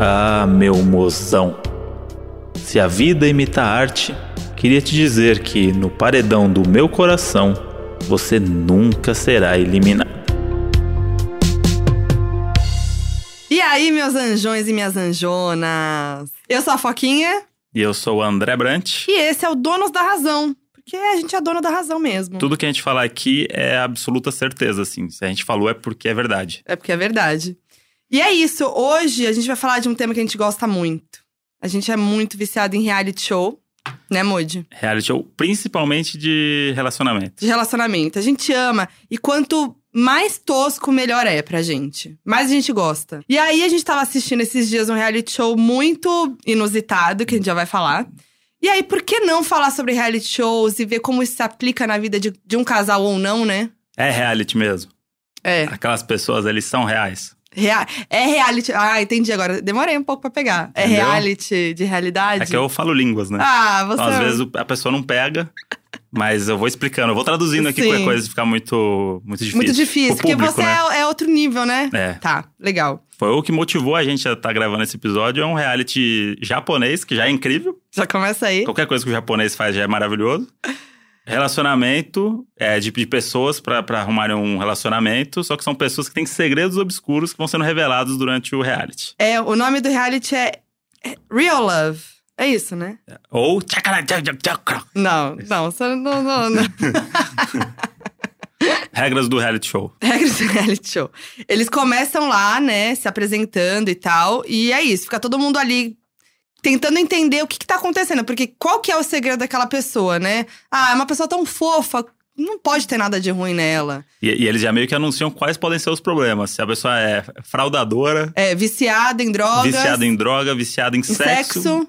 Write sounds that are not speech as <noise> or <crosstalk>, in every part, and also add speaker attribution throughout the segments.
Speaker 1: Ah, meu mozão. Se a vida imita a arte, queria te dizer que, no paredão do meu coração, você nunca será eliminado.
Speaker 2: E aí, meus anjões e minhas anjonas? Eu sou a Foquinha
Speaker 1: E eu sou o André Brant.
Speaker 2: e esse é o Donos da Razão. Porque a gente é dono da razão mesmo.
Speaker 1: Tudo que a gente falar aqui é absoluta certeza, assim. Se a gente falou é porque é verdade.
Speaker 2: É porque é verdade. E é isso. Hoje a gente vai falar de um tema que a gente gosta muito. A gente é muito viciado em reality show, né, Moody?
Speaker 1: Reality show, principalmente de relacionamento.
Speaker 2: De relacionamento. A gente ama. E quanto mais tosco, melhor é pra gente. Mais a gente gosta. E aí a gente tava assistindo esses dias um reality show muito inusitado, que a gente já vai falar. E aí, por que não falar sobre reality shows e ver como isso se aplica na vida de, de um casal ou não, né?
Speaker 1: É reality mesmo.
Speaker 2: É.
Speaker 1: Aquelas pessoas, eles são reais.
Speaker 2: Rea- é reality. Ah, entendi agora. Demorei um pouco pra pegar. É
Speaker 1: Entendeu?
Speaker 2: reality de realidade?
Speaker 1: É que eu falo línguas, né?
Speaker 2: Ah, você.
Speaker 1: Então, às vezes o- a pessoa não pega, mas eu vou explicando. Eu vou traduzindo aqui
Speaker 2: Sim.
Speaker 1: qualquer coisa, ficar muito, muito difícil.
Speaker 2: Muito difícil,
Speaker 1: Pro
Speaker 2: porque
Speaker 1: público,
Speaker 2: você
Speaker 1: né?
Speaker 2: é, é outro nível, né?
Speaker 1: É.
Speaker 2: Tá, legal.
Speaker 1: Foi o que motivou a gente a estar gravando esse episódio. É um reality japonês, que já é incrível.
Speaker 2: Já começa aí.
Speaker 1: Qualquer coisa que o japonês faz já é maravilhoso. Relacionamento é, de, de pessoas pra pra arrumarem um relacionamento, só que são pessoas que têm segredos obscuros que vão sendo revelados durante o reality.
Speaker 2: É, o nome do reality é é Real Love. É isso, né?
Speaker 1: Ou tchakara, tchakara, tchakara.
Speaker 2: Não, não, você não. não,
Speaker 1: <laughs>
Speaker 2: não.
Speaker 1: regras do reality show.
Speaker 2: Regras do reality show. Eles começam lá, né, se apresentando e tal. E é isso, fica todo mundo ali tentando entender o que, que tá acontecendo. Porque qual que é o segredo daquela pessoa, né? Ah, é uma pessoa tão fofa, não pode ter nada de ruim nela.
Speaker 1: E, e eles já meio que anunciam quais podem ser os problemas. Se a pessoa é fraudadora,
Speaker 2: É, viciada em drogas.
Speaker 1: viciada em droga, viciada em,
Speaker 2: em
Speaker 1: sexo,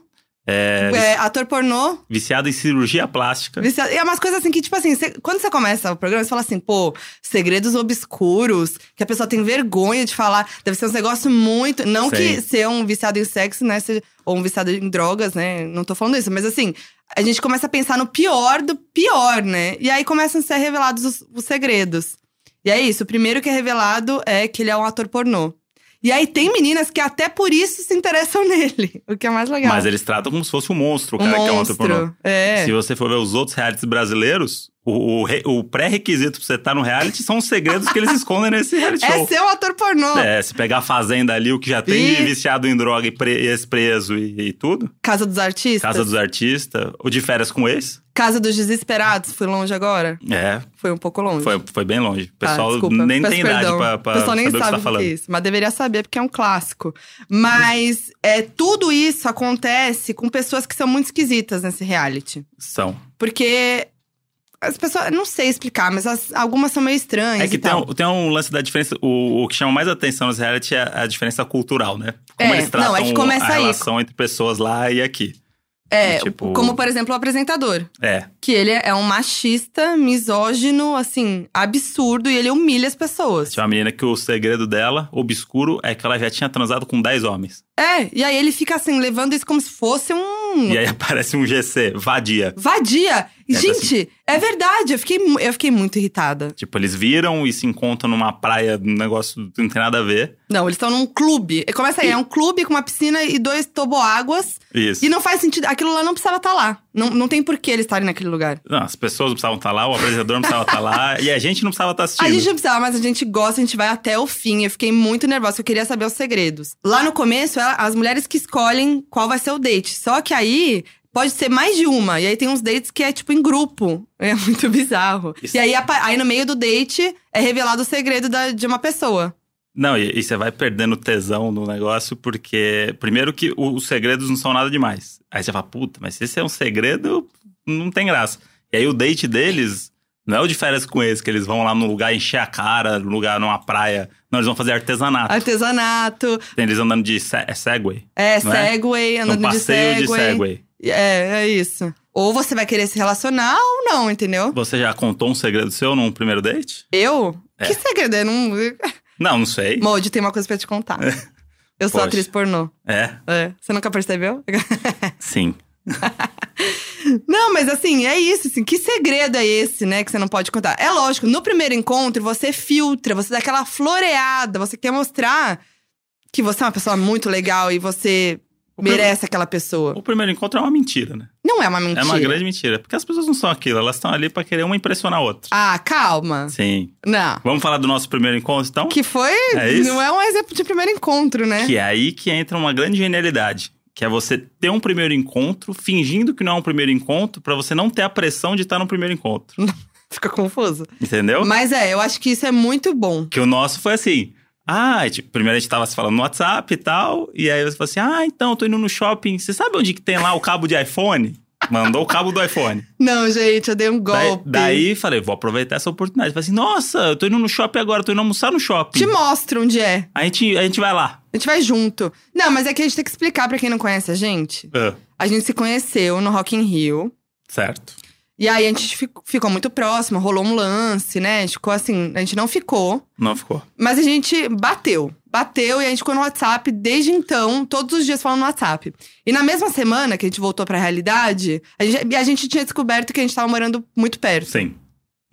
Speaker 1: é,
Speaker 2: é, ator pornô.
Speaker 1: viciada em cirurgia plástica.
Speaker 2: Viciado. E é umas coisas assim que, tipo assim, cê- quando você começa o programa, você fala assim, pô, segredos obscuros, que a pessoa tem vergonha de falar. Deve ser um negócio muito. Não
Speaker 1: Sim.
Speaker 2: que ser um viciado em sexo, né? seja- ou um viciado em drogas, né? Não tô falando isso, mas assim, a gente começa a pensar no pior do pior, né? E aí começam a ser revelados os, os segredos. E é isso, o primeiro que é revelado é que ele é um ator pornô. E aí tem meninas que até por isso se interessam <laughs> nele, o que é mais legal.
Speaker 1: Mas eles tratam como se fosse um monstro, o
Speaker 2: um
Speaker 1: cara que é um entrepreneur.
Speaker 2: monstro. É.
Speaker 1: Se você for ver os outros realities brasileiros, o, o re- o pré-requisito pra você estar no reality são os segredos que eles escondem nesse
Speaker 2: <laughs>
Speaker 1: reality
Speaker 2: É
Speaker 1: show.
Speaker 2: ser um ator pornô.
Speaker 1: É, se pegar a fazenda ali, o que já tem de
Speaker 2: E-
Speaker 1: viciado em droga e pre- ex-preso e, e tudo.
Speaker 2: Casa dos Artistas?
Speaker 1: Casa dos artistas, o de férias com ex.
Speaker 2: Casa dos Desesperados? Fui longe agora?
Speaker 1: É,
Speaker 2: Foi um pouco longe.
Speaker 1: foi, foi bem longe. O
Speaker 2: Tá,
Speaker 1: pessoal
Speaker 2: desculpa.
Speaker 1: nem
Speaker 2: Peço
Speaker 1: tem idade
Speaker 2: perdão.
Speaker 1: pra, pra
Speaker 2: o pessoal nem
Speaker 1: saber o que
Speaker 2: sabe
Speaker 1: você tá
Speaker 2: que
Speaker 1: falando.
Speaker 2: é isso, mas deveria saber porque é um clássico. Mas é, tudo isso acontece com pessoas que são muito esquisitas nesse reality.
Speaker 1: São.
Speaker 2: Porque as pessoas, não sei explicar, mas as- algumas são meio estranhas.
Speaker 1: É que
Speaker 2: e
Speaker 1: tem
Speaker 2: tal.
Speaker 1: um, tem um lance da diferença. O, o que chama mais atenção nos reality é a diferença cultural, né? Como
Speaker 2: É,
Speaker 1: eles tratam
Speaker 2: não, é que começa
Speaker 1: a
Speaker 2: aí.
Speaker 1: relação entre pessoas lá e aqui.
Speaker 2: É,
Speaker 1: tipo-
Speaker 2: como por exemplo o apresentador.
Speaker 1: É,
Speaker 2: Que ele é um machista, misógino, assim, absurdo, e ele humilha as pessoas.
Speaker 1: tinha uma menina que o segredo dela, obscuro, é que ela já tinha transado com 10 homens.
Speaker 2: É, e aí ele fica assim, levando isso como se fosse um.
Speaker 1: E aí <laughs> aparece um GC, vadia.
Speaker 2: Vadia!
Speaker 1: É,
Speaker 2: Gente, é verdade, eu fiquei, mu- eu fiquei muito irritada.
Speaker 1: Tipo, eles viram e se encontram numa praia, um negócio que não tem nada a ver.
Speaker 2: Não, eles estão num clube. E Começa aí, é um clube com uma piscina e dois toboáguas.
Speaker 1: Isso.
Speaker 2: E não faz sentido, aquilo lá não precisava estar lá. Não, não tem porquê eles estarem naquele lugar.
Speaker 1: Não, as pessoas não precisavam estar lá, o apresentador não precisava estar lá, e a gente não precisava
Speaker 2: A
Speaker 1: estar assistindo.
Speaker 2: gente não precisava, mas a gente gosta, a gente vai até o fim. Eu fiquei muito nervosa, eu queria saber os segredos. Lá no começo, ela- as mulheres que escolhem qual vai ser o date. Só que aí pode ser mais de uma. E aí tem uns dates que é tipo em grupo. É muito bizarro.
Speaker 1: Isso. é
Speaker 2: E aí, apa- aí no meio do date é revelado o segredo da- de uma pessoa.
Speaker 1: Não, e, e você vai perdendo tesão no negócio, porque. Primeiro que o- os segredos não são nada demais. Aí você fala, puta, mas se esse é um segredo, não tem graça. E aí o date deles não é o de férias com eles, que eles vão lá num lugar encher a cara, num lugar numa praia. Não, eles vão fazer artesanato.
Speaker 2: <laughs> Artesanato,
Speaker 1: Tem Eles andando de se- é Segway.
Speaker 2: é,
Speaker 1: Não é?
Speaker 2: Segway,
Speaker 1: É um
Speaker 2: andando de
Speaker 1: passeio de
Speaker 2: Segway.
Speaker 1: Segway.
Speaker 2: É, é isso. Ou você vai querer se relacionar ou não, entendeu?
Speaker 1: Você já contou um segredo seu num primeiro date?
Speaker 2: Eu?
Speaker 1: É.
Speaker 2: Que segredo? Eu
Speaker 1: <laughs>
Speaker 2: não.
Speaker 1: Não, não sei.
Speaker 2: Molde, tem uma coisa pra te contar.
Speaker 1: É.
Speaker 2: Eu sou
Speaker 1: Poxa.
Speaker 2: atriz pornô.
Speaker 1: É,
Speaker 2: É. Você nunca percebeu? <laughs>
Speaker 1: sim.
Speaker 2: não, mas assim, é isso. Assim, que segredo é esse, né? Que você não pode contar. É lógico, no primeiro encontro você filtra, você dá aquela floreada, você quer mostrar que você é uma pessoa muito legal e você
Speaker 1: O prim-
Speaker 2: merece aquela pessoa.
Speaker 1: O primeiro encontro é uma mentira, né?
Speaker 2: Não é uma mentira.
Speaker 1: É uma grande mentira. Porque as pessoas não são aquilo, elas estão ali pra querer uma impressionar a outra.
Speaker 2: Ah, calma.
Speaker 1: Sim.
Speaker 2: Não.
Speaker 1: Vamos falar do nosso primeiro encontro, então?
Speaker 2: Que foi.
Speaker 1: É isso?
Speaker 2: não é um exemplo de primeiro encontro, né?
Speaker 1: Que é aí que entra uma grande genialidade. Que é você ter um primeiro encontro, fingindo que não é um primeiro encontro, pra você não ter a pressão de estar num primeiro encontro.
Speaker 2: Hum. Fica confuso.
Speaker 1: Entendeu?
Speaker 2: Mas é, eu acho que isso é muito bom.
Speaker 1: Que o nosso foi assim. Ah, tipo, primeiro a gente tava se falando no WhatsApp e tal. E aí você falou assim: Ah, então, eu tô indo no shopping. Você sabe onde que tem lá o cabo de iPhone? Mandou o cabo do iPhone.
Speaker 2: Não, gente, eu dei um
Speaker 1: Daí-
Speaker 2: <laughs> golpe.
Speaker 1: Daí, falei, vou aproveitar essa oportunidade. Falei assim, nossa, eu tô indo no shopping agora, eu tô indo almoçar no shopping.
Speaker 2: Te mostro onde é.
Speaker 1: A, gente, a gente vai lá.
Speaker 2: A gente vai junto. Não, mas é que a gente tem que explicar pra quem não conhece a gente.
Speaker 1: Ah,
Speaker 2: A gente se conheceu no Rock in Rio.
Speaker 1: certo.
Speaker 2: E aí a gente fi- ficou muito próximo, rolou um lance, né? A gente ficou assim, a gente não ficou,
Speaker 1: Não ficou.
Speaker 2: mas a gente bateu. Bateu e a gente ficou no WhatsApp desde então, todos os dias falando no WhatsApp. E na mesma semana que a gente voltou pra realidade, a gente, a gente tinha descoberto que a gente tava morando muito perto.
Speaker 1: Sim.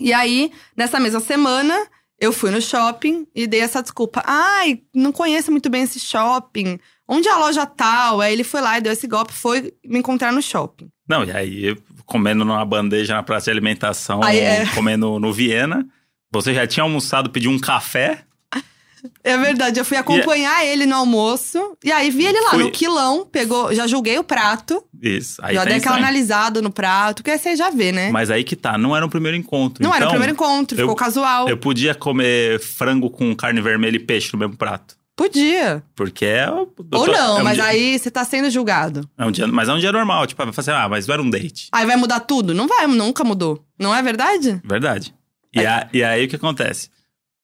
Speaker 2: E aí, nessa mesma semana, eu fui no shopping e dei essa desculpa. Ai, não conheço muito bem esse shopping. Onde é a loja tal? Aí ele foi lá e deu esse golpe, foi me encontrar no shopping.
Speaker 1: Não, e aí, comendo numa bandeja na praça de alimentação,
Speaker 2: Aí, é.
Speaker 1: comendo no Viena. Você já tinha almoçado, pediu um café.
Speaker 2: É verdade, eu fui acompanhar ele no almoço. E aí vi ele lá
Speaker 1: Fui.
Speaker 2: no quilão, pegou, já julguei o prato.
Speaker 1: Isso. Aí
Speaker 2: já
Speaker 1: tá
Speaker 2: dei aquela
Speaker 1: estranho.
Speaker 2: analisada no prato, porque aí você já vê, né?
Speaker 1: Mas aí que tá, não era um primeiro encontro.
Speaker 2: não era o
Speaker 1: Então,
Speaker 2: primeiro encontro,
Speaker 1: eu-
Speaker 2: ficou casual.
Speaker 1: Eu podia comer frango com carne vermelha e peixe no mesmo prato.
Speaker 2: Podia.
Speaker 1: Porque é. Ou
Speaker 2: Ou não, mas
Speaker 1: dia,
Speaker 2: aí você tá sendo julgado.
Speaker 1: É um dia, mas é um dia normal. Tipo, vai falar assim, ah, mas não era um date.
Speaker 2: Aí vai mudar tudo? Não vai, nunca mudou. Não é verdade?
Speaker 1: Verdade. E, a- e aí o que acontece?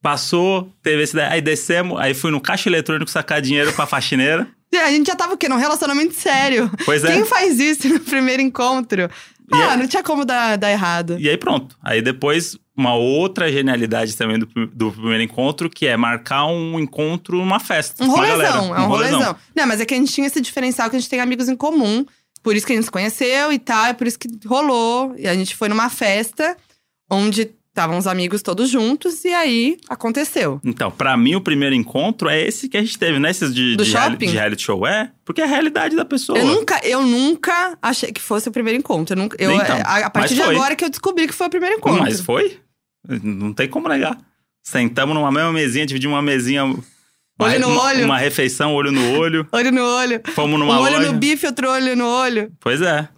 Speaker 1: Passou, teve esse. daí- Aí descemos, aí fui no caixa eletrônico sacar dinheiro pra faxineira.
Speaker 2: E A gente já tava o quê? Num relacionamento sério.
Speaker 1: Pois é.
Speaker 2: Quem faz isso <laughs> no primeiro encontro? Ah,
Speaker 1: E é-
Speaker 2: não tinha como dar, dar errado.
Speaker 1: E aí pronto. Aí depois, uma outra genialidade também do, prim- do primeiro encontro, que é marcar um encontro numa festa.
Speaker 2: Um
Speaker 1: com a galera.
Speaker 2: rolezão, é um rolezão. Não, mas é que a gente tinha esse diferencial que a gente tem amigos em comum. Por isso que a gente se conheceu e tal, é por isso que rolou. E a gente foi numa festa onde estavam os amigos todos juntos e aí aconteceu.
Speaker 1: Então, pra mim, o primeiro encontro é esse que a gente teve, né? Esses de,
Speaker 2: Do
Speaker 1: de, reali-
Speaker 2: shopping?
Speaker 1: de reality show. É, porque é a realidade da pessoa.
Speaker 2: Eu nunca, eu nunca achei que fosse o primeiro encontro. Eu nunca, eu- é,
Speaker 1: Então,
Speaker 2: a, a partir
Speaker 1: mas
Speaker 2: de
Speaker 1: foi.
Speaker 2: agora que eu descobri que foi o primeiro encontro.
Speaker 1: Mas foi? Não tem como negar. Sentamos numa mesma mesinha, dividimos uma mesinha. uma-
Speaker 2: no
Speaker 1: uma-
Speaker 2: olho.
Speaker 1: Uma refeição, olho no olho.
Speaker 2: Olho no olho.
Speaker 1: Fomos
Speaker 2: Um
Speaker 1: numa
Speaker 2: olho
Speaker 1: loja.
Speaker 2: no bife, outro olho no olho.
Speaker 1: Pois é.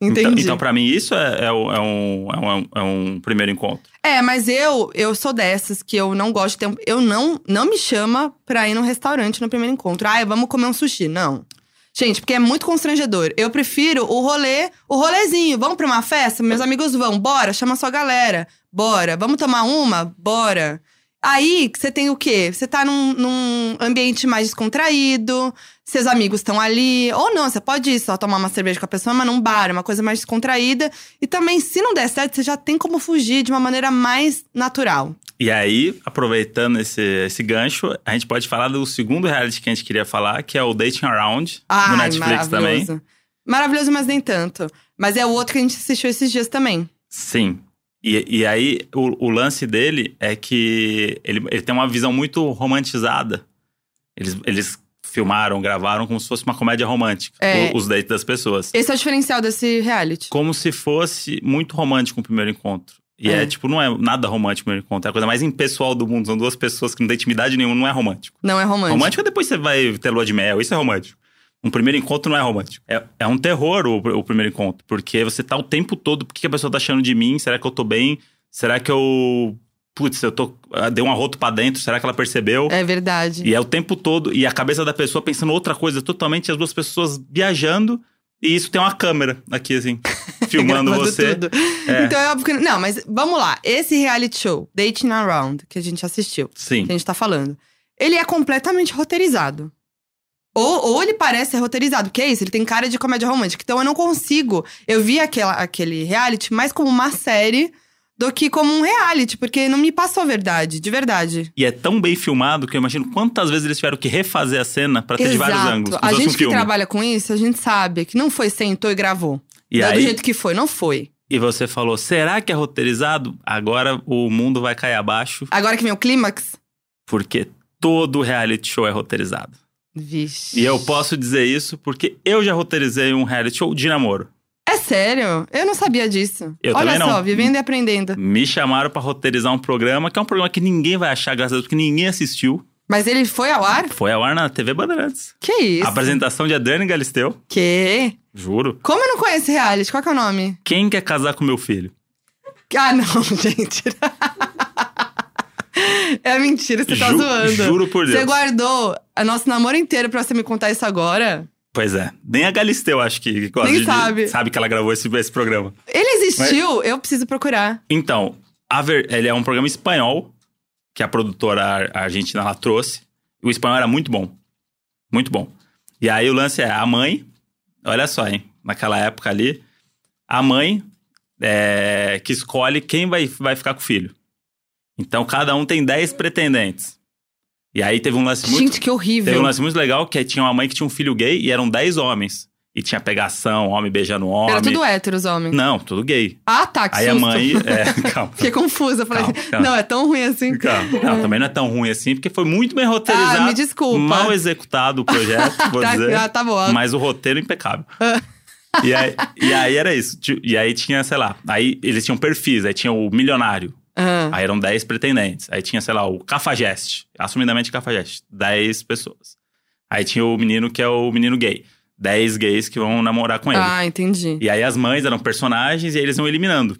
Speaker 1: Então,
Speaker 2: Entendi.
Speaker 1: então, pra mim, isso é, é o- é um, é, um, é um primeiro encontro.
Speaker 2: É, mas eu eu sou dessas que eu não gosto de ter um, Eu não, não me chama pra ir num restaurante no primeiro encontro. Ah, vamos comer um sushi. Não. Gente, porque é muito constrangedor. Eu prefiro o rolê, o rolezinho. Vamos pra uma festa? Meus amigos vão. Bora, chama sua galera. Bora. Vamos tomar uma? Bora. Aí que você tem o quê? Você tá num, num ambiente mais descontraído, seus amigos estão ali. Ou não, você pode ir só tomar uma cerveja com a pessoa, mas num bar, uma coisa mais descontraída. E também, se não der certo, você já tem como fugir de uma maneira mais natural.
Speaker 1: E aí, aproveitando esse, esse gancho, a gente pode falar do segundo reality que a gente queria falar, que é o Dating Around,
Speaker 2: Ah,
Speaker 1: do Netflix
Speaker 2: maravilhoso.
Speaker 1: também.
Speaker 2: Maravilhoso, mas nem tanto. Mas é o outro que a gente assistiu esses dias também.
Speaker 1: Sim. E, e aí, o, o lance dele é que ele, ele tem uma visão muito romantizada. Eles, eles filmaram, gravaram como se fosse uma comédia romântica,
Speaker 2: É.
Speaker 1: o- os dates das pessoas.
Speaker 2: Esse é o diferencial desse reality.
Speaker 1: Como se fosse muito romântico o primeiro encontro. E é.
Speaker 2: É.
Speaker 1: tipo, não é nada romântico o primeiro encontro. É a coisa mais impessoal do mundo. São duas pessoas que não têm intimidade nenhuma, não é romântico.
Speaker 2: Não é romântico.
Speaker 1: Romântico é depois você vai ter lua de mel, isso é romântico. Um primeiro encontro não é romântico. É, é um terror o, pr- o primeiro encontro, porque você tá o tempo todo, o que que a pessoa tá achando de mim? Será que eu tô bem? Será que eu. Putz, eu tô. ah, Dei um arroto pra dentro, será que ela percebeu?
Speaker 2: É verdade.
Speaker 1: E é o tempo todo, e a cabeça da pessoa pensando outra coisa totalmente, as duas pessoas viajando, e isso tem uma câmera aqui,
Speaker 2: <laughs>
Speaker 1: assim, filmando
Speaker 2: Gravando
Speaker 1: você.
Speaker 2: tudo.
Speaker 1: É.
Speaker 2: Então é óbvio que. Não, mas vamos lá. Esse reality show, Dating Around, que a gente assistiu,
Speaker 1: Sim.
Speaker 2: que a gente tá falando, ele é completamente roteirizado. Ou, ou ele parece ser roteirizado, porque é isso, ele tem cara de comédia romântica. Então eu não consigo. Eu vi aquela, aquele reality mais como uma série do que como um reality, porque não me passou a verdade, de verdade.
Speaker 1: E é tão bem filmado que eu imagino quantas vezes eles tiveram que refazer a cena pra ter de vários ângulos. como
Speaker 2: a
Speaker 1: se fosse
Speaker 2: gente
Speaker 1: um
Speaker 2: que
Speaker 1: filme.
Speaker 2: trabalha com isso, a gente sabe que não foi sentou e gravou.
Speaker 1: E
Speaker 2: do
Speaker 1: aí,
Speaker 2: jeito que foi, não foi.
Speaker 1: E você falou, será que é roteirizado? Agora o mundo vai cair abaixo,
Speaker 2: Agora que vem o clímax,
Speaker 1: porque todo reality show é roteirizado.
Speaker 2: Vixe.
Speaker 1: E eu posso dizer isso porque eu já roteirizei um reality show de namoro.
Speaker 2: É sério? Eu não sabia disso.
Speaker 1: Eu
Speaker 2: Olha
Speaker 1: também não.
Speaker 2: só, vivendo e aprendendo.
Speaker 1: Me chamaram pra roteirizar um programa, que é um programa que ninguém vai achar, graças a Deus, porque ninguém assistiu.
Speaker 2: Mas ele foi ao ar?
Speaker 1: Foi ao ar na TV Bandeirantes.
Speaker 2: Que isso?
Speaker 1: Apresentação de Adriane Galisteu,
Speaker 2: Que?
Speaker 1: juro.
Speaker 2: Como eu não conheço reality? Qual que é o nome?
Speaker 1: Quem quer casar com meu filho?
Speaker 2: Ah, não, <laughs> gente. é mentira, você tá
Speaker 1: Ju-
Speaker 2: zoando.
Speaker 1: Juro por Deus.
Speaker 2: Você guardou o nosso namoro inteiro pra você me contar isso agora?
Speaker 1: Pois é. Nem a Galisteu, acho que gosta
Speaker 2: Nem
Speaker 1: de-
Speaker 2: sabe.
Speaker 1: Sabe que ela gravou esse, esse programa.
Speaker 2: Ele existiu? Eu preciso procurar.
Speaker 1: Então, a ver- ele é um programa espanhol que a produtora ar- argentina lá trouxe. O espanhol era muito bom. Muito bom. E aí o lance é a mãe. Olha só, hein? Naquela época ali, a mãe é, que escolhe quem vai, vai ficar com o filho. Então cada um tem 10 pretendentes. E aí teve um lance muito.
Speaker 2: Gente, que horrível.
Speaker 1: Teve um lance muito legal que tinha uma mãe que tinha um filho gay e eram 10 homens. E tinha pegação, homem beijando homem.
Speaker 2: Era tudo hétero, os homens.
Speaker 1: Não, tudo gay.
Speaker 2: Ah, tá, que
Speaker 1: Aí a
Speaker 2: susto.
Speaker 1: mãe. É, calma.
Speaker 2: <laughs> Fiquei confusa. Falei,
Speaker 1: Calma, calma.
Speaker 2: não, é tão ruim assim. <laughs>
Speaker 1: Calma. Não, também não é tão ruim assim, porque foi muito bem
Speaker 2: Ah, me
Speaker 1: roteirizado,
Speaker 2: desculpa.
Speaker 1: mal executado o projeto,
Speaker 2: <laughs>
Speaker 1: vou
Speaker 2: tá,
Speaker 1: dizer.
Speaker 2: ah, tá Ah. bom.
Speaker 1: Mas o roteiro é impecável. e, aí, e aí era isso. Ti- E aí tinha, sei lá, aí eles tinham perfis, aí tinha o milionário,
Speaker 2: Ah,
Speaker 1: aí eram 10 pretendentes. Aí tinha, sei lá, o cafajeste, assumidamente cafajeste, 10 pessoas. Aí tinha o menino que é o menino gay, 10 gays que vão namorar com ele.
Speaker 2: ah, entendi.
Speaker 1: E aí as mães eram personagens e aí eles iam eliminando.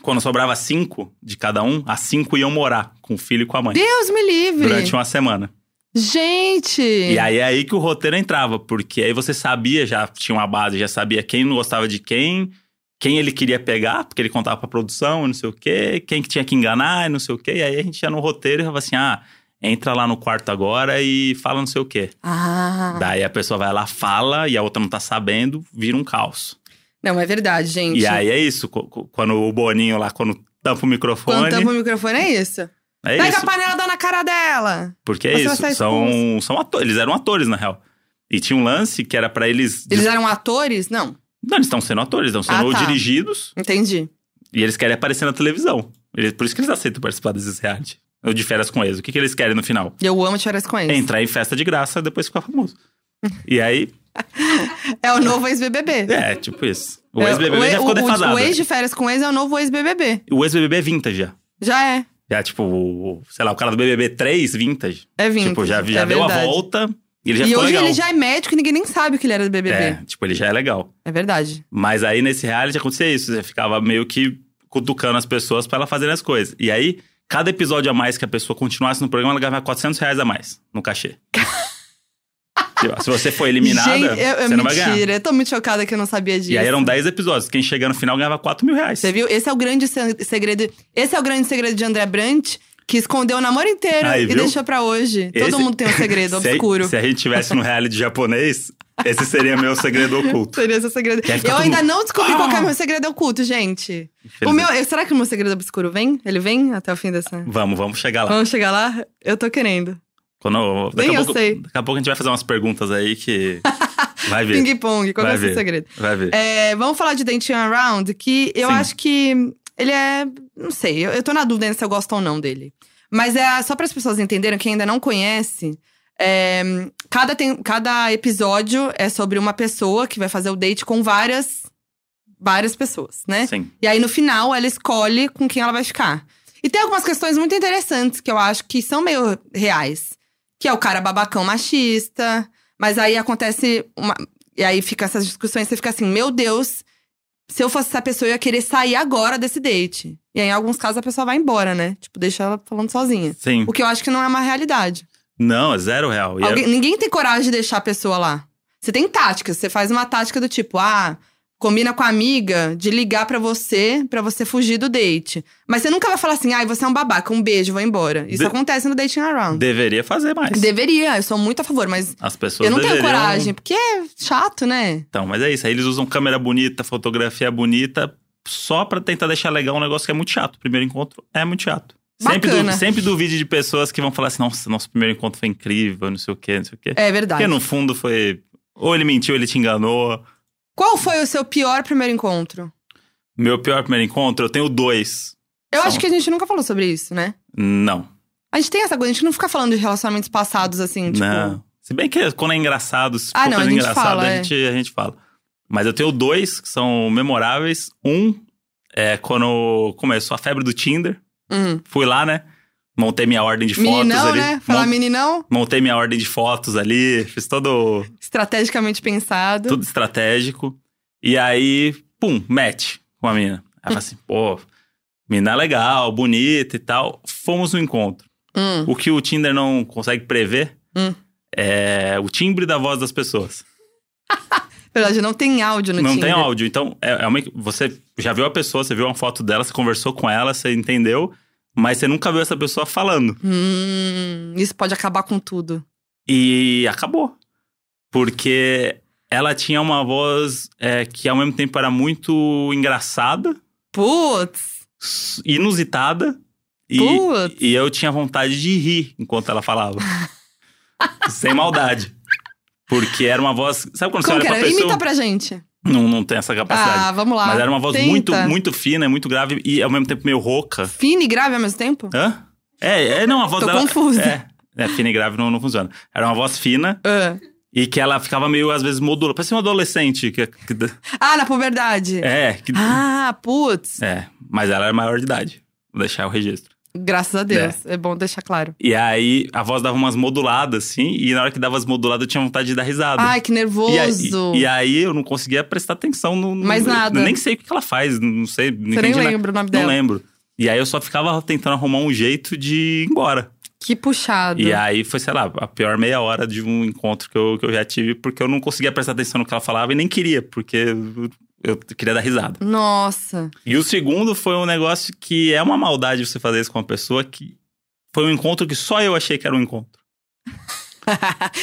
Speaker 1: Quando sobrava cinco de cada um, as cinco iam morar com o filho e com a mãe
Speaker 2: Deus me livre.
Speaker 1: durante uma semana.
Speaker 2: Gente.
Speaker 1: E aí é aí que o roteiro entrava, porque aí você sabia, já tinha uma base, já sabia quem não gostava de quem, quem ele queria pegar, porque ele contava pra produção, e não sei o quê, quem que tinha que enganar, e não sei o quê. E aí a gente ia no roteiro e falava assim: ah, entra lá no quarto agora e fala não sei o quê.
Speaker 2: Ah.
Speaker 1: Daí a pessoa vai lá, fala, e a outra não tá sabendo, vira um caos.
Speaker 2: Não, é verdade, gente.
Speaker 1: E aí é isso, co- co- quando o Boninho lá, quando tampa o microfone,
Speaker 2: Quando tampa o microfone, é isso.
Speaker 1: é
Speaker 2: Pega
Speaker 1: isso.
Speaker 2: a panela, dá na cara dela.
Speaker 1: Porque é
Speaker 2: você vai
Speaker 1: isso,
Speaker 2: sair
Speaker 1: são, são atores, eles eram atores, na real. E tinha um lance que era pra eles...
Speaker 2: Eles eram atores? Não,
Speaker 1: Não, eles estão sendo atores, estão
Speaker 2: Ah,
Speaker 1: sendo
Speaker 2: tá.
Speaker 1: dirigidos
Speaker 2: entendi.
Speaker 1: e eles querem aparecer na televisão. Eles- por isso que eles aceitam participar desses reality. Ou de férias com eles. O que, que eles querem no final?
Speaker 2: Eu amo tirar com
Speaker 1: É
Speaker 2: eles.
Speaker 1: entrar em festa de graça depois ficar famoso. E aí,
Speaker 2: É o novo ex-BBB.
Speaker 1: é, tipo isso. O
Speaker 2: É,
Speaker 1: ex-BBB
Speaker 2: e-
Speaker 1: já
Speaker 2: o-
Speaker 1: ficou
Speaker 2: o-
Speaker 1: defasado.
Speaker 2: O ex de férias com ex é o novo ex-BBB.
Speaker 1: O ex-BBB é vintage já.
Speaker 2: Já é.
Speaker 1: Já, tipo, o- sei lá, o cara do BBB 3, vintage.
Speaker 2: É vindo.
Speaker 1: Tipo, já, já
Speaker 2: é
Speaker 1: deu a
Speaker 2: verdade.
Speaker 1: volta e ele já
Speaker 2: e
Speaker 1: ficou
Speaker 2: hoje
Speaker 1: legal.
Speaker 2: ele já é médico e ninguém nem sabe que ele era do BBB.
Speaker 1: É, tipo, ele já é legal.
Speaker 2: É verdade.
Speaker 1: Mas aí nesse reality acontecia isso, você ficava meio que cutucando as pessoas pra elas fazerem as coisas. E aí, cada episódio a mais que a pessoa continuasse no programa, ela ganhava 400 reais a mais no cachê.
Speaker 2: <laughs>
Speaker 1: Tipo, Se você foi eliminada,
Speaker 2: Gente, eu, eu,
Speaker 1: você não vai ganhar.
Speaker 2: mentira. Eu tô muito chocada que eu não sabia disso.
Speaker 1: E aí eram 10 episódios. Quem chega no final ganhava 4 mil reais.
Speaker 2: Você viu? Esse é o grande se- segredo. Esse é o grande segredo de André Brant, que escondeu o namoro inteiro
Speaker 1: Aí,
Speaker 2: e
Speaker 1: viu?
Speaker 2: deixou pra hoje.
Speaker 1: Esse-
Speaker 2: Todo mundo tem um segredo
Speaker 1: <laughs> se,
Speaker 2: obscuro.
Speaker 1: Se a gente tivesse
Speaker 2: <laughs>
Speaker 1: no reality japonês, esse seria meu segredo oculto.
Speaker 2: Seria seu segredo.
Speaker 1: Deve ficar
Speaker 2: Eu
Speaker 1: todo
Speaker 2: ainda
Speaker 1: mundo-
Speaker 2: não descobri
Speaker 1: Ah!
Speaker 2: qual que é o meu segredo oculto, gente. O meu, eu- será que o meu segredo obscuro vem? Ele vem até o fim dessa.
Speaker 1: Vamos, vamos chegar lá.
Speaker 2: Vamos chegar lá? Eu tô querendo.
Speaker 1: Quando, daqui,
Speaker 2: Nem
Speaker 1: a
Speaker 2: eu
Speaker 1: pouco,
Speaker 2: sei.
Speaker 1: daqui a pouco a gente vai fazer umas perguntas aí
Speaker 2: <laughs>
Speaker 1: que. Vai ver.
Speaker 2: Ping-pong, qual que é
Speaker 1: Vai
Speaker 2: o seu
Speaker 1: ver.
Speaker 2: segredo?
Speaker 1: Vai ver.
Speaker 2: É, vamos falar de Dentinho Around, que eu
Speaker 1: Sim.
Speaker 2: acho que ele é. Não sei, eu, eu tô na dúvida ainda se eu gosto ou não dele. Mas é só para as pessoas entenderem, quem ainda não conhece, é, cada, tem- cada episódio é sobre uma pessoa que vai fazer o date com várias, várias pessoas, né?
Speaker 1: Sim.
Speaker 2: E aí, no final, ela escolhe com quem ela vai ficar. E tem algumas questões muito interessantes que eu acho que são meio reais. Que é o cara babacão machista. Mas aí acontece uma. E aí fica essas discussões, você fica assim, meu Deus, se eu fosse essa pessoa, eu ia querer sair agora desse date. E aí, em alguns casos, a pessoa vai embora, né? Tipo, deixa ela falando sozinha.
Speaker 1: Sim.
Speaker 2: O que eu acho que não é uma realidade.
Speaker 1: Não, é zero real. E é-
Speaker 2: Alguém- Ninguém tem coragem de deixar a pessoa lá. Você tem táticas, você faz uma tática do tipo, ah, combina com a amiga de ligar pra você, pra você fugir do date. Mas você nunca vai falar assim, ai, você é um babaca, um beijo, vou embora. Isso
Speaker 1: De-
Speaker 2: acontece no dating around.
Speaker 1: Deveria fazer mais.
Speaker 2: Deveria, eu sou muito a favor, mas
Speaker 1: As pessoas
Speaker 2: eu não tenho
Speaker 1: deveriam-
Speaker 2: coragem, porque é chato, né?
Speaker 1: Então, mas é isso. Aí eles usam câmera bonita, fotografia bonita, só pra tentar deixar legal um negócio que é muito chato. O primeiro encontro é muito chato. Sempre,
Speaker 2: Bacana.
Speaker 1: du sempre duvide de pessoas que vão falar assim: nossa, nosso primeiro encontro foi incrível, não sei o quê, não sei o quê.
Speaker 2: É verdade.
Speaker 1: Porque no fundo foi. Ou ele mentiu, ele te enganou.
Speaker 2: Qual foi o seu pior primeiro encontro?
Speaker 1: Meu pior primeiro encontro, eu tenho dois.
Speaker 2: Eu
Speaker 1: São-
Speaker 2: acho que a gente nunca falou sobre isso, né?
Speaker 1: Não.
Speaker 2: A gente tem essa coisa, a gente não fica falando de relacionamentos passados assim, tipo.
Speaker 1: não. Se bem que quando é engraçado, se
Speaker 2: Ah,
Speaker 1: for
Speaker 2: não,
Speaker 1: coisa
Speaker 2: a gente
Speaker 1: engraçada,
Speaker 2: fala,
Speaker 1: a,
Speaker 2: é.
Speaker 1: gente, a gente fala. Mas eu tenho dois que são memoráveis. Um é quando começou a febre do Tinder.
Speaker 2: Hum.
Speaker 1: Fui lá, né? Montei minha ordem de fotos
Speaker 2: Meninão,
Speaker 1: ali.
Speaker 2: né? Falar
Speaker 1: Mon-
Speaker 2: meninão,
Speaker 1: Montei minha ordem de fotos ali. Fiz todo,
Speaker 2: estrategicamente pensado.
Speaker 1: tudo estratégico. E aí, pum, match com a mina. Ela fala assim,
Speaker 2: <laughs>
Speaker 1: pô, mina legal, bonita e tal. Fomos no encontro.
Speaker 2: Hum.
Speaker 1: O que o Tinder não consegue prever
Speaker 2: Hum.
Speaker 1: é o timbre da voz das pessoas.
Speaker 2: Verdade, não tem áudio no
Speaker 1: não
Speaker 2: Tinder.
Speaker 1: tem áudio. Então, é, é uma- você já viu a pessoa, você viu uma foto dela, você conversou com ela, você entendeu, mas você nunca viu essa pessoa falando.
Speaker 2: Hum, isso pode acabar com tudo.
Speaker 1: E acabou. Porque ela tinha uma voz é, que ao mesmo tempo era muito engraçada,
Speaker 2: Putz!
Speaker 1: s- inusitada. E,
Speaker 2: Putz.
Speaker 1: e eu tinha vontade de rir enquanto
Speaker 2: <laughs>
Speaker 1: ela falava. Sem maldade. Porque era uma voz. Sabe quando você
Speaker 2: Como
Speaker 1: olha
Speaker 2: que
Speaker 1: pra
Speaker 2: era?
Speaker 1: pessoa.
Speaker 2: Imita pra gente.
Speaker 1: Não, não tem essa capacidade.
Speaker 2: Ah, vamos lá.
Speaker 1: Mas era uma voz
Speaker 2: Tenta.
Speaker 1: muito, muito fina, muito grave e ao mesmo tempo meio rouca.
Speaker 2: Fina e grave ao mesmo tempo?
Speaker 1: Hã? É, é não, a voz
Speaker 2: Tô
Speaker 1: dela.
Speaker 2: confusa.
Speaker 1: É, é, fina e grave não, não funciona. Era uma voz fina
Speaker 2: <laughs> Ah.
Speaker 1: e que ela ficava meio, às vezes, modula. Parecia um adolescente. Que, que-
Speaker 2: Ah, na puberdade.
Speaker 1: é, que-
Speaker 2: Ah, putz.
Speaker 1: é, mas ela era maior de idade. Vou deixar o registro.
Speaker 2: Graças a Deus. É. bom deixar claro.
Speaker 1: E aí a voz dava umas moduladas, assim, e na hora que dava as moduladas eu tinha vontade de dar risada.
Speaker 2: Ai, que
Speaker 1: e aí,
Speaker 2: nervoso.
Speaker 1: Tá e aí eu não conseguia prestar atenção no. no-
Speaker 2: Mais nada.
Speaker 1: Nem sei o que que ela faz, não sei. Não
Speaker 2: Você nem
Speaker 1: entendi nada.
Speaker 2: lembra o nome
Speaker 1: Não
Speaker 2: dela.
Speaker 1: lembro. E aí eu só ficava tentando arrumar um jeito de ir embora.
Speaker 2: Que puxado.
Speaker 1: E aí foi, sei lá, a pior meia hora de um encontro que eu, que eu já tive, porque eu não conseguia prestar atenção no que ela falava e nem queria, porque eu- eu queria dar risada.
Speaker 2: Nossa.
Speaker 1: E o segundo foi um negócio que é uma maldade você fazer isso com uma pessoa que foi um encontro que só eu achei que era um encontro.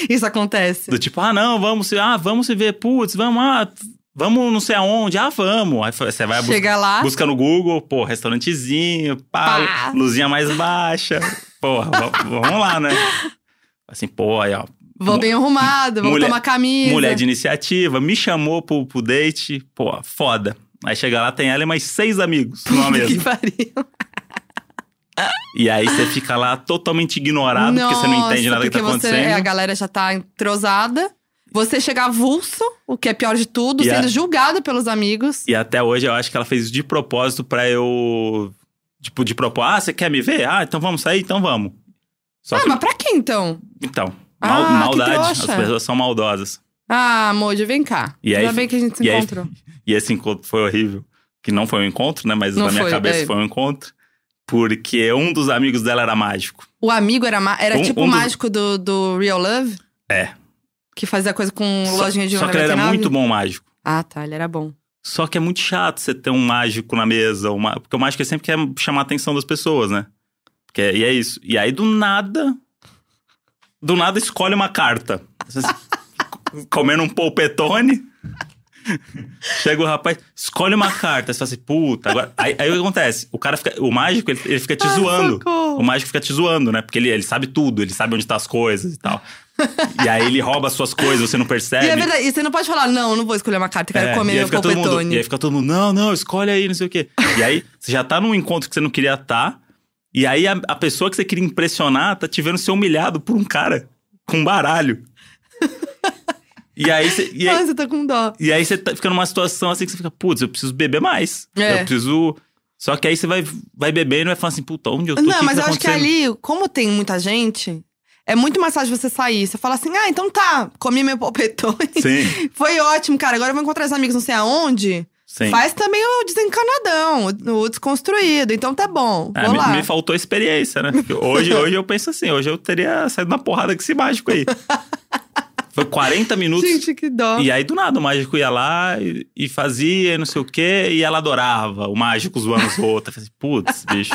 Speaker 2: Isso acontece.
Speaker 1: Do tipo, ah, não, vamos se, ah, vamos se ver, putz, vamos, ah, vamos não sei aonde, ah, vamos. Aí foi- você vai buscar.
Speaker 2: Chega lá.
Speaker 1: Busca no Google, pô, restaurantezinho, pá,
Speaker 2: Pá.
Speaker 1: luzinha mais baixa. Porra, va- vamos lá, né? Assim, pô, aí, ó.
Speaker 2: Vou bem arrumado, vou
Speaker 1: mulher-
Speaker 2: tomar camisa. <laughs>
Speaker 1: Mulher de iniciativa, me chamou pro, pro date, pô, foda. Aí chega lá, tem ela e mais seis amigos numa
Speaker 2: Puta que
Speaker 1: mesa.
Speaker 2: pariu.
Speaker 1: E aí você fica lá totalmente ignorado, porque você não entende
Speaker 2: Nossa,
Speaker 1: nada que tá
Speaker 2: porque você-
Speaker 1: acontecendo.
Speaker 2: é, a galera já tá entrosada. Você chega avulso, o que é pior de tudo,
Speaker 1: E a-
Speaker 2: sendo julgado pelos amigos.
Speaker 1: E até hoje eu acho que ela fez isso de propósito pra eu. Tipo, de propósito. Ah, você quer me ver? Ah, então vamos sair? Então vamos. Só
Speaker 2: Ah,
Speaker 1: que-
Speaker 2: mas pra que então?
Speaker 1: Então, mal-
Speaker 2: Ah, que
Speaker 1: maldade. As
Speaker 2: trouxa.
Speaker 1: pessoas são maldosas.
Speaker 2: Ah, Mojo, vem cá.
Speaker 1: E aí-
Speaker 2: Ainda bem que a gente se
Speaker 1: e aí-
Speaker 2: encontrou.
Speaker 1: E esse encontro foi horrível. Que não foi um encontro, né? Mas
Speaker 2: Não
Speaker 1: na minha
Speaker 2: foi,
Speaker 1: cabeça
Speaker 2: é.
Speaker 1: foi um encontro. Porque um dos amigos dela era mágico.
Speaker 2: O amigo era, ma- era
Speaker 1: Um-
Speaker 2: tipo
Speaker 1: um
Speaker 2: o
Speaker 1: dos-
Speaker 2: mágico do, do Real Love?
Speaker 1: É.
Speaker 2: Que fazia coisa com lojinha de
Speaker 1: só que ele era
Speaker 2: 1,99?
Speaker 1: muito bom mágico.
Speaker 2: Ah, tá, ele era bom.
Speaker 1: Só que é muito chato você ter um mágico na mesa. um ma- Porque o mágico ele sempre quer chamar a atenção das pessoas, né? Porque, e é isso. E aí, do nada... Do nada, escolhe uma carta. <laughs> Você- Comendo um polpetone... Chega o rapaz, escolhe uma carta. Você fala assim, puta, agora. Aí, aí o que acontece? O cara fica. O mágico, ele, ele fica te zoando.
Speaker 2: socorro.
Speaker 1: O mágico fica te zoando, né? Porque ele, ele sabe tudo, ele sabe onde tá as coisas e tal. e aí ele rouba as suas coisas, você não percebe.
Speaker 2: E é verdade, e você não pode falar, não, não vou escolher uma carta, quero
Speaker 1: É,
Speaker 2: comer
Speaker 1: e, aí
Speaker 2: meu
Speaker 1: fica todo mundo, e aí
Speaker 2: polpetone.
Speaker 1: fica todo mundo, não, não, escolhe aí, não sei o quê. E aí você já tá num encontro que você não queria estar. e aí a, a pessoa que você queria impressionar tá te vendo ser humilhado por um cara com baralho.
Speaker 2: <laughs>
Speaker 1: E aí, você- e aí,
Speaker 2: Nossa, eu tô com dó.
Speaker 1: e aí você tá- fica numa situação assim que você fica, putz, eu preciso beber mais.
Speaker 2: É.
Speaker 1: Eu preciso. Só que aí você vai, vai bebendo e vai falar assim, puta, onde eu tô? O
Speaker 2: Não,
Speaker 1: que
Speaker 2: mas
Speaker 1: que
Speaker 2: eu
Speaker 1: tá
Speaker 2: acho que
Speaker 1: acontecendo?
Speaker 2: ali, como tem muita gente, é muito mais fácil você sair. Você fala assim, ah, então tá, comi meu polpetone.
Speaker 1: Sim,
Speaker 2: <laughs> Foi ótimo, cara, agora eu vou encontrar os amigos não sei aonde.
Speaker 1: sim.
Speaker 2: Faz também o desencanadão, o o desconstruído, então tá bom,
Speaker 1: É,
Speaker 2: vou
Speaker 1: me,
Speaker 2: lá.
Speaker 1: me faltou experiência, né? Porque
Speaker 2: <laughs>
Speaker 1: Hoje, hoje eu penso assim, hoje eu teria saído na porrada com esse mágico aí. Foi 40 minutos.
Speaker 2: Gente, que dó.
Speaker 1: um E aí, do nada, o mágico ia lá e, e fazia e não sei o quê, e ela adorava o mágico zoando os outros. Eu falei assim, putz, bicho.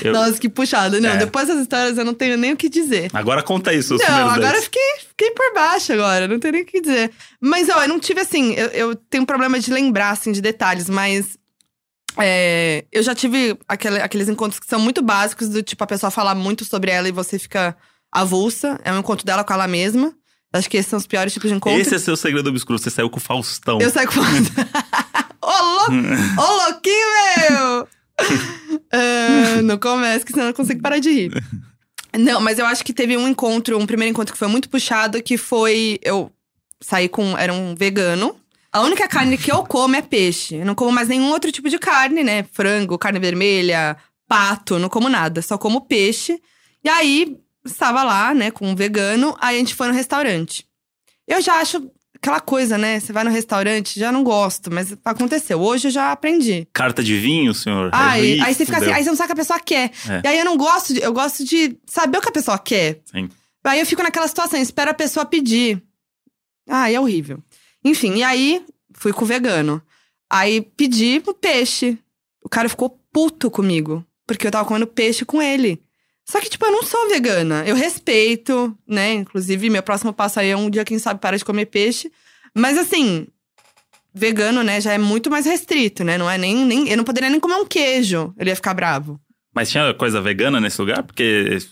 Speaker 1: Eu-
Speaker 2: Nossa, que puxada. Não,
Speaker 1: É.
Speaker 2: depois dessas histórias eu não tenho nem o que dizer.
Speaker 1: Agora conta isso, os
Speaker 2: Não,
Speaker 1: primeiros
Speaker 2: agora eu
Speaker 1: dates.
Speaker 2: fiquei, fiquei por baixo agora, não tenho nem o que dizer. Mas, ó, eu não tive assim, eu, eu tenho problema de lembrar, assim, de detalhes, mas. é, eu já tive aquele- aqueles encontros que são muito básicos, do tipo, a pessoa falar muito sobre ela e você fica avulsa. É um encontro dela com ela mesma. Acho que esses são os piores tipos de encontro.
Speaker 1: Esse é seu segredo obscuro, você saiu com o Faustão.
Speaker 2: Eu saio com. <laughs> Ô, <laughs> louco! Ô, <laughs> louquinho, meu! Ah, não começa, que senão eu não consigo parar de rir. Não, mas eu acho que teve um encontro, um primeiro encontro que foi muito puxado, que foi. Eu saí com. Era um vegano. A única carne que eu como é peixe. Eu não como mais nenhum outro tipo de carne, né? Frango, carne vermelha, pato, não como nada. Só como peixe. E aí, estava lá, né, com um vegano. Aí a gente foi no restaurante. Eu já acho aquela coisa, né? Você vai no restaurante, já não gosto, mas aconteceu. Hoje eu já aprendi.
Speaker 1: Carta de vinho, senhor?
Speaker 2: Aí,
Speaker 1: Ih,
Speaker 2: aí você fica assim,
Speaker 1: fudeu.
Speaker 2: aí você não sabe o que a pessoa quer.
Speaker 1: É.
Speaker 2: E aí eu não gosto, de, eu gosto de saber o que a pessoa quer.
Speaker 1: Sim.
Speaker 2: Aí eu fico naquela situação, espero a pessoa pedir. Ah, é horrível. Enfim, e aí fui com o vegano. Aí pedi o peixe. O cara ficou puto comigo, porque eu tava comendo peixe com ele. Só que, tipo, eu não sou vegana. Eu respeito, né? Inclusive, meu próximo passo aí é um dia, quem sabe, para de comer peixe. Mas assim, vegano, né, já é muito mais restrito, né? Não é nem, nem. Eu não poderia nem comer um queijo. Ele ia ficar bravo.
Speaker 1: Mas tinha coisa vegana nesse lugar? Porque esse-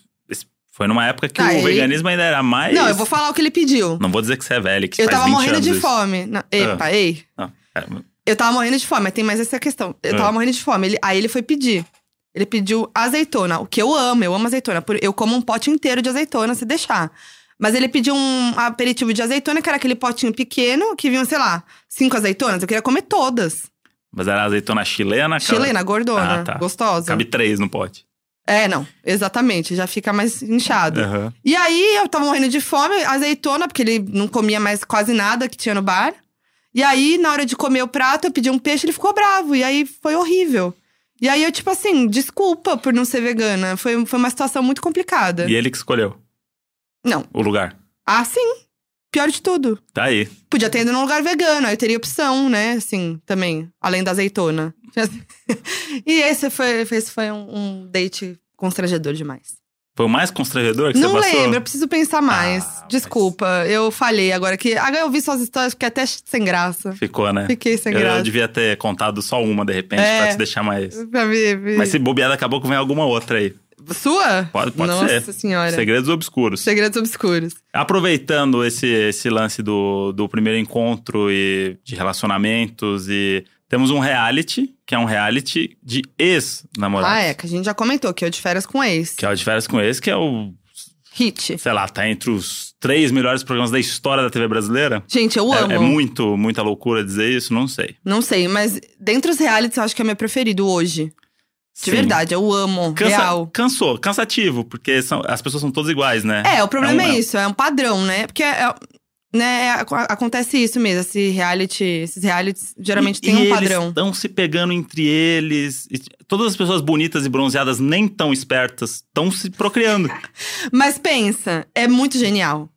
Speaker 1: foi numa época que
Speaker 2: Aí-
Speaker 1: o veganismo ainda era mais.
Speaker 2: Não, eu vou falar o que ele pediu.
Speaker 1: Não vou dizer que você é velho, que
Speaker 2: Eu
Speaker 1: É faz
Speaker 2: tava
Speaker 1: 20
Speaker 2: morrendo
Speaker 1: anos
Speaker 2: de
Speaker 1: isso. Ah.
Speaker 2: fome. Não, epa, ei.
Speaker 1: Não, cara,
Speaker 2: Eu tava morrendo de fome, mas tem mais essa questão. Eu
Speaker 1: Ah.
Speaker 2: tava morrendo de fome. Ele- aí ele foi pedir. Ele pediu azeitona, o que eu amo, eu amo azeitona. Por- Eu como um pote inteiro de azeitona se deixar. Mas ele pediu um aperitivo de azeitona, que era aquele potinho pequeno, que vinham, sei lá, cinco azeitonas. Eu queria comer todas.
Speaker 1: mas era azeitona chilena, cara.
Speaker 2: Chilena, gordona,
Speaker 1: Ah, tá.
Speaker 2: gostosa.
Speaker 1: Cabe três no pote.
Speaker 2: É, não, exatamente, já fica mais inchado.
Speaker 1: Aham.
Speaker 2: E aí eu tava morrendo de fome, azeitona, porque ele não comia mais quase nada que tinha no bar. E aí, na hora de comer o prato, eu pedi um peixe, ele ficou bravo. E aí foi horrível. E aí eu, tipo assim, desculpa por não ser vegana. Foi, foi uma situação muito complicada.
Speaker 1: E ele que escolheu
Speaker 2: Não.
Speaker 1: o lugar.
Speaker 2: Ah, sim. Pior de tudo.
Speaker 1: Tá aí.
Speaker 2: Podia ter ido num lugar vegano, aí eu teria opção, né? Assim, também, além da azeitona. <laughs> e esse foi, esse foi um, um date constrangedor demais.
Speaker 1: Foi o mais constrangedor que
Speaker 2: Não
Speaker 1: você passou?
Speaker 2: lembro, eu preciso pensar mais.
Speaker 1: Ah, mas-
Speaker 2: Desculpa, eu falhei agora que. Agora eu vi suas histórias, fiquei até sem graça.
Speaker 1: Ficou, né?
Speaker 2: Fiquei sem
Speaker 1: eu, eu
Speaker 2: graça.
Speaker 1: devia ter contado só uma, de repente,
Speaker 2: É.
Speaker 1: pra te deixar mais.
Speaker 2: Pra mim, me-
Speaker 1: Mas se bobear, daqui a pouco vem alguma outra aí.
Speaker 2: Sua?
Speaker 1: Pode- pode
Speaker 2: Nossa
Speaker 1: ser.
Speaker 2: senhora.
Speaker 1: Segredos obscuros.
Speaker 2: Segredos obscuros.
Speaker 1: Aproveitando esse, esse lance do, do primeiro encontro e de relacionamentos e temos um reality, que é um reality de ex-namorados.
Speaker 2: Ah, é, que a gente já comentou que eu de férias com ex.
Speaker 1: Que é o de férias com ex, que é o,
Speaker 2: Hit.
Speaker 1: sei lá, tá entre os três melhores programas da história da TV brasileira.
Speaker 2: Gente, eu amo.
Speaker 1: É, é muito, muita loucura dizer isso, não sei.
Speaker 2: Não sei, mas dentre os realities eu acho que é meu preferido hoje. De
Speaker 1: Sim.
Speaker 2: verdade, eu amo.
Speaker 1: Cansa-
Speaker 2: Real.
Speaker 1: Cansou, cansativo, porque são, as pessoas são todas iguais, né?
Speaker 2: É, o problema é,
Speaker 1: um-
Speaker 2: isso, é um padrão, né? Porque é- é- né, é- ac- acontece isso mesmo, esse reality, esses realities geralmente
Speaker 1: E-
Speaker 2: tem
Speaker 1: e
Speaker 2: um padrão.
Speaker 1: Eles estão se pegando entre eles. e todas as pessoas bonitas e bronzeadas, nem tão espertas, estão se procriando.
Speaker 2: Mas pensa, é muito genial.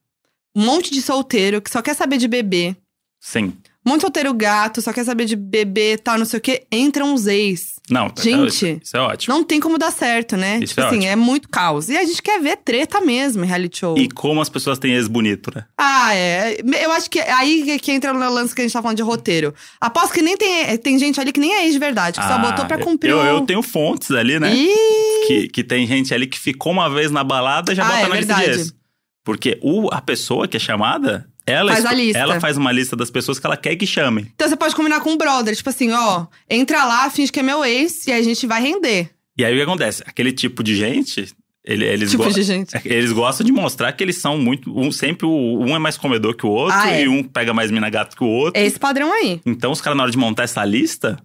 Speaker 2: Um monte de solteiro que só quer saber de bebê.
Speaker 1: Sim.
Speaker 2: Um monte de solteiro gato, só quer saber de bebê e tal, não sei o quê. Entram os ex.
Speaker 1: Não,
Speaker 2: Gente.
Speaker 1: isso- isso é ótimo.
Speaker 2: Não tem como dar certo, né?
Speaker 1: Isso
Speaker 2: tipo
Speaker 1: é
Speaker 2: assim,
Speaker 1: ótimo.
Speaker 2: é muito caos. E a gente quer ver treta mesmo em reality show.
Speaker 1: E como as pessoas têm ex bonito, né?
Speaker 2: Ah, é. Eu acho que é aí que entra no lance que a gente tá falando de roteiro. Aposto que nem tem, tem gente ali que nem é ex de verdade, que só
Speaker 1: Ah,
Speaker 2: botou pra cumprir
Speaker 1: Eu,
Speaker 2: o...
Speaker 1: eu tenho fontes ali, né?
Speaker 2: Ih,
Speaker 1: Que, que tem gente ali que ficou uma vez na balada e já
Speaker 2: Ah,
Speaker 1: bota
Speaker 2: é
Speaker 1: na lista
Speaker 2: verdade.
Speaker 1: de ex. Porque o, a pessoa que é chamada, ela,
Speaker 2: Faz a
Speaker 1: esco-
Speaker 2: lista.
Speaker 1: ela faz uma lista das pessoas que ela quer que chamem.
Speaker 2: Então você pode combinar com o brother, tipo assim, ó, entra lá, finge que é meu ex e aí a gente vai render.
Speaker 1: E aí o que acontece? Aquele tipo de gente, ele- eles,
Speaker 2: tipo
Speaker 1: go-
Speaker 2: de <laughs> gente.
Speaker 1: eles gostam de mostrar que eles são muito. Um, sempre o- um é mais comedor que o outro,
Speaker 2: Ah, é.
Speaker 1: e um pega mais mina gato que o outro.
Speaker 2: É esse padrão aí.
Speaker 1: Então, os caras, na hora de montar essa lista,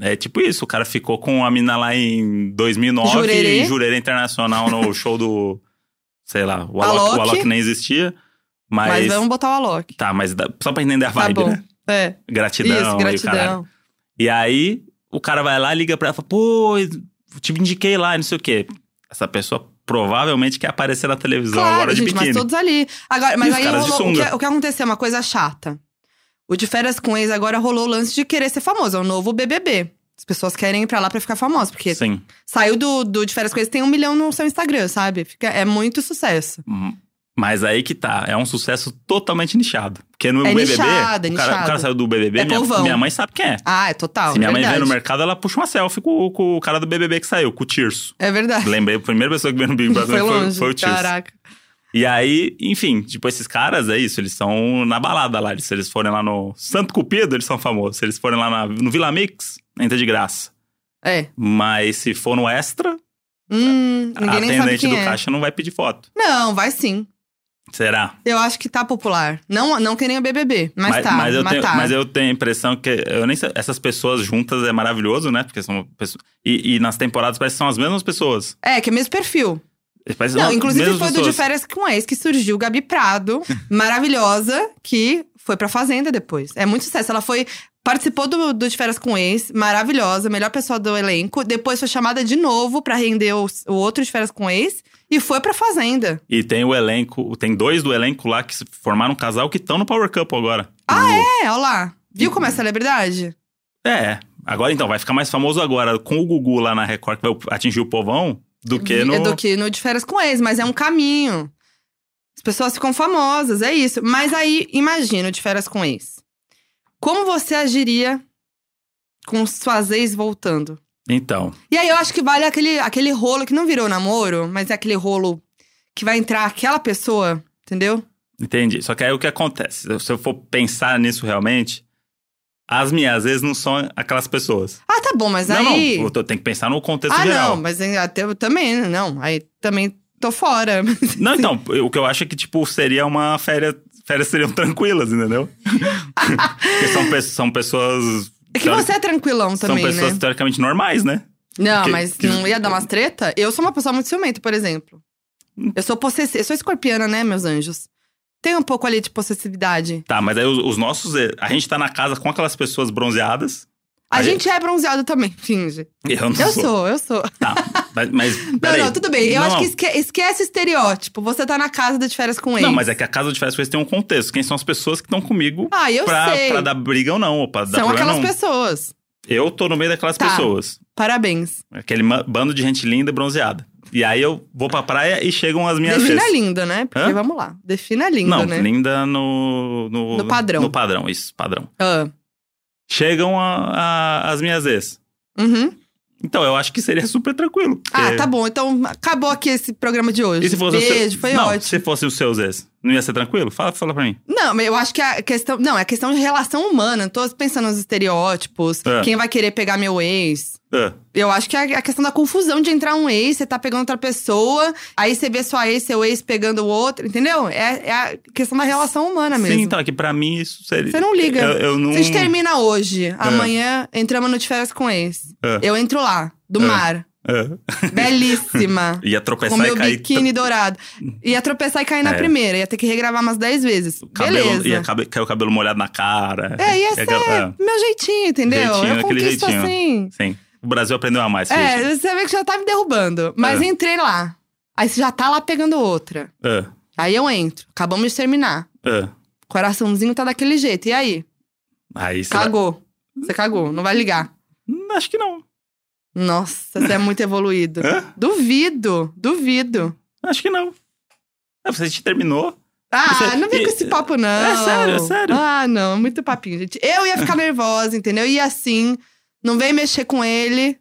Speaker 1: é tipo isso. O cara ficou com a mina lá em 2009,
Speaker 2: Jurerê.
Speaker 1: em Jurerê
Speaker 2: <laughs>
Speaker 1: Internacional, no show do... Sei lá, o Alok,
Speaker 2: Alok.
Speaker 1: o Alok nem existia. Mas...
Speaker 2: Mas vamos botar o Alok.
Speaker 1: Tá, mas dá- só pra entender a vibe,
Speaker 2: tá bom.
Speaker 1: né?
Speaker 2: É.
Speaker 1: Gratidão
Speaker 2: Isso,
Speaker 1: e o caralho.
Speaker 2: gratidão.
Speaker 1: E aí, o cara vai lá, liga pra ela e fala, pô, eu te indiquei lá, e não sei o quê. Essa pessoa provavelmente quer aparecer na televisão
Speaker 2: claro,
Speaker 1: agora de
Speaker 2: gente, mas
Speaker 1: biquíni.
Speaker 2: todos ali. Agora, mas
Speaker 1: os
Speaker 2: aí
Speaker 1: caras de
Speaker 2: rolou, o,
Speaker 1: sunga?
Speaker 2: que, o que aconteceu? Uma coisa chata. O de férias com ex agora rolou o lance de querer ser famoso. É o novo BBB. As pessoas querem ir pra lá pra ficar famosa. Porque
Speaker 1: Sim.
Speaker 2: saiu do, do de férias com ex, tem um milhão no seu Instagram, sabe? Fica, é muito sucesso.
Speaker 1: Hum, Mas aí que tá, é um sucesso totalmente nichado. Porque no
Speaker 2: É
Speaker 1: BBB,
Speaker 2: nichado, é
Speaker 1: o, cara,
Speaker 2: nichado.
Speaker 1: o cara saiu do BBB,
Speaker 2: É
Speaker 1: minha,
Speaker 2: povão.
Speaker 1: minha mãe sabe quem é.
Speaker 2: Ah, é total.
Speaker 1: Se minha
Speaker 2: é
Speaker 1: mãe vê
Speaker 2: verdade.
Speaker 1: no mercado, ela puxa uma selfie com, com o cara do BBB que saiu, com o Tirso.
Speaker 2: É verdade.
Speaker 1: Lembrei, a primeira pessoa que veio no Big
Speaker 2: <laughs>
Speaker 1: Brother
Speaker 2: Foi
Speaker 1: <laughs> foi,
Speaker 2: longe.
Speaker 1: foi o Tirso.
Speaker 2: Caraca.
Speaker 1: E aí, enfim, tipo, esses caras, é isso, eles são na balada lá. Se eles forem lá no Santo Cupido, eles são famosos. Se eles forem lá na- no Vila Mix, entra de graça.
Speaker 2: É.
Speaker 1: Mas se for no Extra,
Speaker 2: Hum, ninguém
Speaker 1: a
Speaker 2: nem sabe
Speaker 1: atendente
Speaker 2: quem
Speaker 1: do
Speaker 2: é.
Speaker 1: caixa não vai pedir foto.
Speaker 2: Não, vai sim.
Speaker 1: Será?
Speaker 2: Eu acho que tá popular. Não, não que nem o BBB, mas, tá.
Speaker 1: mas, eu tenho,
Speaker 2: tá.
Speaker 1: mas eu tenho a impressão que eu nem sei- essas pessoas juntas é maravilhoso, né? Porque são pessoas. E, e nas temporadas parece que são as mesmas pessoas.
Speaker 2: É, que é mesmo perfil.
Speaker 1: Parece que
Speaker 2: Não,
Speaker 1: são as
Speaker 2: inclusive
Speaker 1: mesmas
Speaker 2: foi do De
Speaker 1: pessoas.
Speaker 2: Férias com Ex que surgiu Gabi Prado, maravilhosa, que foi pra Fazenda depois. É muito sucesso. Ela foi. Participou do, do De Férias com Ex, maravilhosa, melhor pessoa do elenco. Depois foi chamada de novo pra render o, o outro De Férias com Ex e foi pra Fazenda.
Speaker 1: E tem o elenco, tem dois do elenco lá que se formaram um casal que estão no Power Couple agora. Ah,
Speaker 2: É, olha lá. Viu como é celebridade?
Speaker 1: é? É. Agora então, vai ficar mais famoso agora com o Gugu lá na Record, que vai atingir o povão, do que no.
Speaker 2: é Do que no de férias com ex, mas é um caminho. As pessoas ficam famosas, é isso. Mas aí, imagina o de férias com ex. Como você agiria com suas ex voltando?
Speaker 1: Então.
Speaker 2: E aí eu acho que vale aquele, aquele rolo que não virou namoro, mas é aquele rolo que vai entrar aquela pessoa, entendeu?
Speaker 1: Entendi. Só que aí o que acontece? Se eu for pensar nisso realmente, as minhas às vezes não são aquelas pessoas.
Speaker 2: Ah, tá bom, mas
Speaker 1: não,
Speaker 2: aí.
Speaker 1: não. Eu tô- tenho que pensar no contexto
Speaker 2: ah,
Speaker 1: geral.
Speaker 2: não, mas aí até eu também, não. Aí também tô fora.
Speaker 1: Não, então, eu- o que eu acho é que, tipo, seria uma férias. Férias seriam
Speaker 2: <laughs>
Speaker 1: tranquilas, entendeu? Porque são, pe- são pessoas.
Speaker 2: É que você é tranquilão
Speaker 1: são
Speaker 2: também,
Speaker 1: pessoas
Speaker 2: né?
Speaker 1: teoricamente normais, né?
Speaker 2: Não,
Speaker 1: que-
Speaker 2: mas
Speaker 1: que-
Speaker 2: não ia dar umas treta? Eu sou uma pessoa muito ciumenta, por exemplo. Eu sou possessiva. Eu sou escorpiana, né, meus anjos? Tem um pouco ali de possessividade.
Speaker 1: Tá, mas aí os, os nossos. é, A gente tá na casa com aquelas pessoas bronzeadas.
Speaker 2: A
Speaker 1: Aí-
Speaker 2: gente é bronzeado também, <laughs> finge.
Speaker 1: Eu não
Speaker 2: Eu sou, eu sou.
Speaker 1: Tá, mas. mas
Speaker 2: Não,
Speaker 1: peraí.
Speaker 2: não, tudo bem. Eu
Speaker 1: Não,
Speaker 2: acho que
Speaker 1: não.
Speaker 2: esque- esquece estereótipo. Você tá na casa de férias com ele.
Speaker 1: Não, mas é que a casa de férias coisas tem um contexto. Quem são as pessoas que estão comigo
Speaker 2: Ah, eu
Speaker 1: pra,
Speaker 2: sei.
Speaker 1: pra dar briga ou não, ou pra dar
Speaker 2: São
Speaker 1: problema
Speaker 2: aquelas
Speaker 1: ou não.
Speaker 2: pessoas.
Speaker 1: Eu tô no meio daquelas
Speaker 2: Tá.
Speaker 1: pessoas.
Speaker 2: Parabéns.
Speaker 1: Aquele ma- bando de gente linda e bronzeada. E aí eu vou pra praia e chegam as minhas
Speaker 2: Defina
Speaker 1: vezes.
Speaker 2: lindo, né? Porque
Speaker 1: Hã?
Speaker 2: vamos lá. Defina lindo,
Speaker 1: não,
Speaker 2: né?
Speaker 1: linda no, no.
Speaker 2: No padrão.
Speaker 1: No padrão, isso, padrão.
Speaker 2: Ah,
Speaker 1: Chegam a- a- as minhas ex.
Speaker 2: uhum.
Speaker 1: Então, eu acho que seria super tranquilo.
Speaker 2: Ah,
Speaker 1: porque-
Speaker 2: tá bom. Então acabou aqui esse programa de hoje.
Speaker 1: É. E se fosse o seu-
Speaker 2: Beijo, foi
Speaker 1: não,
Speaker 2: ótimo.
Speaker 1: se fosse os seus ex, não ia ser tranquilo? Fala, fala pra mim.
Speaker 2: Não, mas eu acho que a questão. Não, é questão de relação humana. Eu Tô pensando nos estereótipos.
Speaker 1: É.
Speaker 2: Quem vai querer pegar meu ex?
Speaker 1: Ah,
Speaker 2: Eu acho que é a questão da confusão de entrar um ex, você tá pegando outra pessoa, aí você vê sua ex, seu ex pegando o outro, entendeu? É, é a questão da relação humana mesmo.
Speaker 1: sim, então, é que pra mim isso seria.
Speaker 2: Você não liga.
Speaker 1: Eu, eu não.
Speaker 2: A gente termina hoje, amanhã entramos no de férias com ex.
Speaker 1: É.
Speaker 2: Eu entro lá, do
Speaker 1: É. <laughs>
Speaker 2: mar.
Speaker 1: Ah,
Speaker 2: Belíssima.
Speaker 1: ia
Speaker 2: Com
Speaker 1: tropeçar
Speaker 2: meu
Speaker 1: e cair.
Speaker 2: biquíni dourado. Ia tropeçar e cair na
Speaker 1: É.
Speaker 2: primeira. Ia ter que regravar umas 10 vezes.
Speaker 1: Cabelo,
Speaker 2: Beleza.
Speaker 1: ia cabe- cair o cabelo molhado na cara.
Speaker 2: É, ia ser
Speaker 1: aquela-
Speaker 2: meu jeitinho, entendeu?
Speaker 1: Jeitinho,
Speaker 2: eu
Speaker 1: aquele
Speaker 2: conquisto
Speaker 1: jeitinho.
Speaker 2: assim.
Speaker 1: é, sim. O Brasil aprendeu a mais.
Speaker 2: É,
Speaker 1: Felipe.
Speaker 2: você vê que já tá me derrubando. Mas
Speaker 1: É.
Speaker 2: entrei lá. Aí você já tá lá pegando outra.
Speaker 1: Ah,
Speaker 2: Aí eu entro. Acabamos de terminar.
Speaker 1: ah.
Speaker 2: O coraçãozinho tá daquele jeito. E aí?
Speaker 1: Aí você
Speaker 2: Cagou. Você cagou. Não vai ligar.
Speaker 1: vai- Hum, Acho que não.
Speaker 2: Nossa, você é muito
Speaker 1: <laughs>
Speaker 2: evoluído.
Speaker 1: Hã?
Speaker 2: Duvido, duvido.
Speaker 1: Acho que não. É, você te terminou.
Speaker 2: Ah,
Speaker 1: Isso é-
Speaker 2: não vem com esse papo, não.
Speaker 1: É sério, é sério.
Speaker 2: Ah, não, muito papinho, gente. Eu ia ficar nervosa, entendeu? E assim, não vem mexer com ele,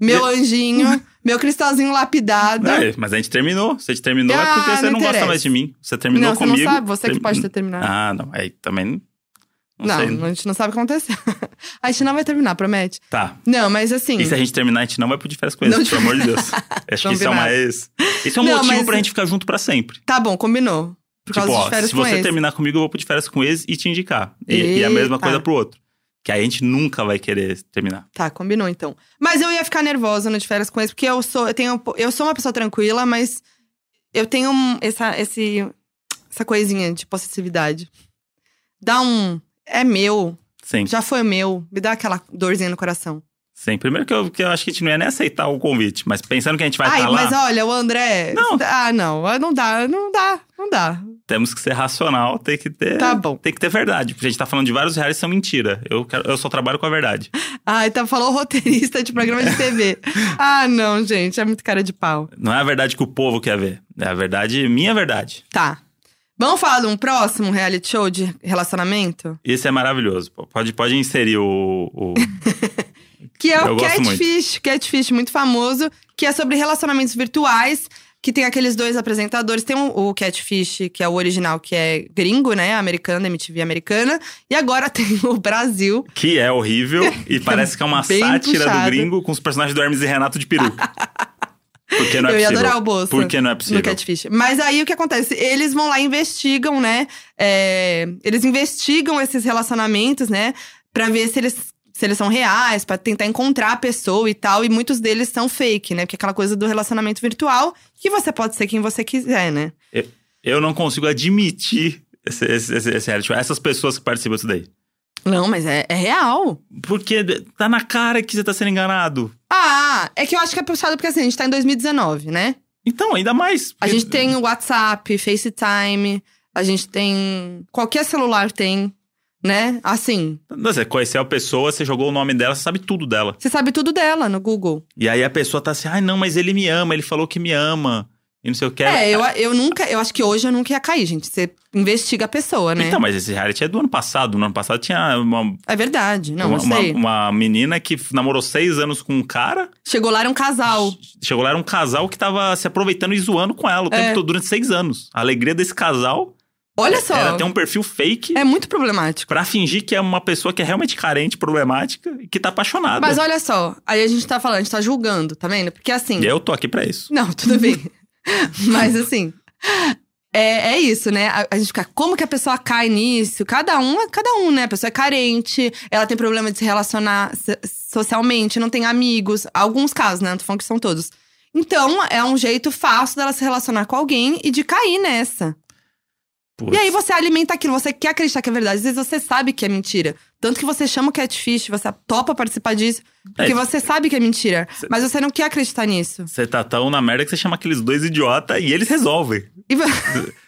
Speaker 2: meu
Speaker 1: Eu-
Speaker 2: anjinho, meu cristalzinho lapidado.
Speaker 1: É, mas a gente terminou. Você te terminou é
Speaker 2: Ah,
Speaker 1: porque
Speaker 2: não
Speaker 1: você não, gosta
Speaker 2: interessa.
Speaker 1: mais de mim. Você terminou
Speaker 2: não,
Speaker 1: comigo.
Speaker 2: você não sabe, você que pode ter terminado.
Speaker 1: Ah, não. Aí também. Ah, Não,
Speaker 2: não,
Speaker 1: sei.
Speaker 2: a gente não sabe o que aconteceu. <laughs> a gente não vai terminar, promete.
Speaker 1: Tá.
Speaker 2: Não, mas assim.
Speaker 1: E se a gente terminar, a gente não vai poder fazer as coisas,
Speaker 2: Não
Speaker 1: pelo amor de
Speaker 2: <laughs>
Speaker 1: Deus. Acho que isso é
Speaker 2: Combinado.
Speaker 1: uma ex. Isso é um
Speaker 2: Não,
Speaker 1: motivo
Speaker 2: mas-
Speaker 1: pra gente ficar junto pra sempre.
Speaker 2: Tá bom, combinou. Por
Speaker 1: Tipo,
Speaker 2: causa de
Speaker 1: ó,
Speaker 2: férias
Speaker 1: se
Speaker 2: com
Speaker 1: você
Speaker 2: ex.
Speaker 1: terminar comigo, eu vou pro de férias com ex e te indicar. E, e a mesma
Speaker 2: Eita.
Speaker 1: coisa pro outro. Que aí a gente nunca vai querer terminar.
Speaker 2: Tá, combinou então. Mas eu ia ficar nervosa no de férias com ex, porque eu sou, eu tenho, eu sou uma pessoa tranquila, mas eu tenho um- essa, esse, essa coisinha de possessividade. Dá um. É meu,
Speaker 1: Sim.
Speaker 2: já foi meu. Me dá aquela dorzinha no coração.
Speaker 1: Sim. Primeiro que eu, que eu acho que a gente não ia nem aceitar o convite, mas pensando que a gente vai
Speaker 2: Ai,
Speaker 1: estar lá,
Speaker 2: mas olha, o André.
Speaker 1: Não.
Speaker 2: Ah, não, ah, não dá, não dá, não dá.
Speaker 1: temos que ser racional, tem que ter.
Speaker 2: Tá bom.
Speaker 1: Tem que ter verdade, porque a gente tá falando de vários reais que são mentira. Eu, quero- eu só trabalho com a verdade.
Speaker 2: Ah, então falou roteirista de programa de
Speaker 1: <laughs>
Speaker 2: TV. ah, não, gente, é muito cara de pau.
Speaker 1: Não é a verdade que o povo quer ver. É a verdade, minha verdade.
Speaker 2: Tá. Vamos falar de um próximo reality show de relacionamento?
Speaker 1: Esse é maravilhoso. Pô, Pode, pode inserir o.
Speaker 2: <laughs>
Speaker 1: o-
Speaker 2: Que é o
Speaker 1: Eu gosto muito.
Speaker 2: Catfish. Catfish, muito famoso, que é sobre relacionamentos virtuais, que tem aqueles dois apresentadores. Tem o, o Catfish, que é o original, que é gringo, né? Americano, MTV americana. E agora <laughs> tem o Brasil.
Speaker 1: que é horrível e parece que é uma
Speaker 2: Bem
Speaker 1: sátira
Speaker 2: puxado.
Speaker 1: do gringo com os personagens do Hermes e Renato de peruca. Porque não é
Speaker 2: eu ia
Speaker 1: possível.
Speaker 2: adorar o Bolsa.
Speaker 1: Porque não é
Speaker 2: No
Speaker 1: possível.
Speaker 2: Catfish. Mas aí o que acontece? Eles vão lá e investigam, né? É, eles investigam esses relacionamentos, né? Pra ver se eles, se eles são reais, pra tentar encontrar a pessoa e tal. E muitos deles são fake, né? Porque é aquela coisa do relacionamento virtual que você pode ser quem você quiser, né?
Speaker 1: Eu não consigo admitir esse, esse, esse, esse reality show, essas pessoas que participam disso daí.
Speaker 2: Não, mas é, é real.
Speaker 1: Porque tá na cara que você tá sendo enganado.
Speaker 2: Ah, é que eu acho que é puxado porque assim, a gente tá em 2019, né?
Speaker 1: Então, ainda mais.
Speaker 2: A gente tem o WhatsApp, FaceTime, a gente tem. Qualquer celular tem, né? Assim,
Speaker 1: Você conheceu a pessoa, você jogou o nome dela, você sabe tudo dela.
Speaker 2: você sabe tudo dela no Google.
Speaker 1: E aí a pessoa tá assim, ai não, mas ele me ama, ele falou que me ama. E não sei o que.
Speaker 2: É, eu, eu nunca. Eu acho que hoje eu nunca ia cair, gente. Você investiga a pessoa, né?
Speaker 1: Então, mas esse reality é do ano passado. No ano passado tinha uma,
Speaker 2: é verdade. Não,
Speaker 1: uma,
Speaker 2: não sei.
Speaker 1: uma- uma menina que namorou seis anos com um cara.
Speaker 2: Chegou lá, era um casal.
Speaker 1: Chegou lá, era um casal que tava se aproveitando e zoando com ela o tempo
Speaker 2: É.
Speaker 1: todo, durante seis anos. A alegria desse casal
Speaker 2: Olha só.
Speaker 1: era ter um perfil fake
Speaker 2: É muito problemático.
Speaker 1: pra fingir que é uma pessoa que é realmente carente, problemática e que tá apaixonada.
Speaker 2: Mas olha só, aí a gente tá falando, a gente tá julgando, tá vendo? Porque assim.
Speaker 1: E eu tô aqui pra isso.
Speaker 2: Não, tudo bem. Mas assim. É, é isso, né? A, a gente fica, como que a pessoa cai nisso? Cada um é cada um, né? A pessoa é carente, ela tem problema de se relacionar so- socialmente, não tem amigos. Alguns casos, né? Não tô falando que são todos. Então, é um jeito fácil dela se relacionar com alguém e de cair nessa.
Speaker 1: Putz.
Speaker 2: E aí você alimenta aquilo, você quer acreditar que é verdade. Às vezes você sabe que é mentira. Tanto que você chama o catfish, você topa participar disso, porque
Speaker 1: É.
Speaker 2: você sabe que é mentira.
Speaker 1: Cê-
Speaker 2: Mas você não quer acreditar nisso.
Speaker 1: Você tá tão na merda que você chama aqueles dois idiota e eles resolvem.
Speaker 2: E vo- <laughs>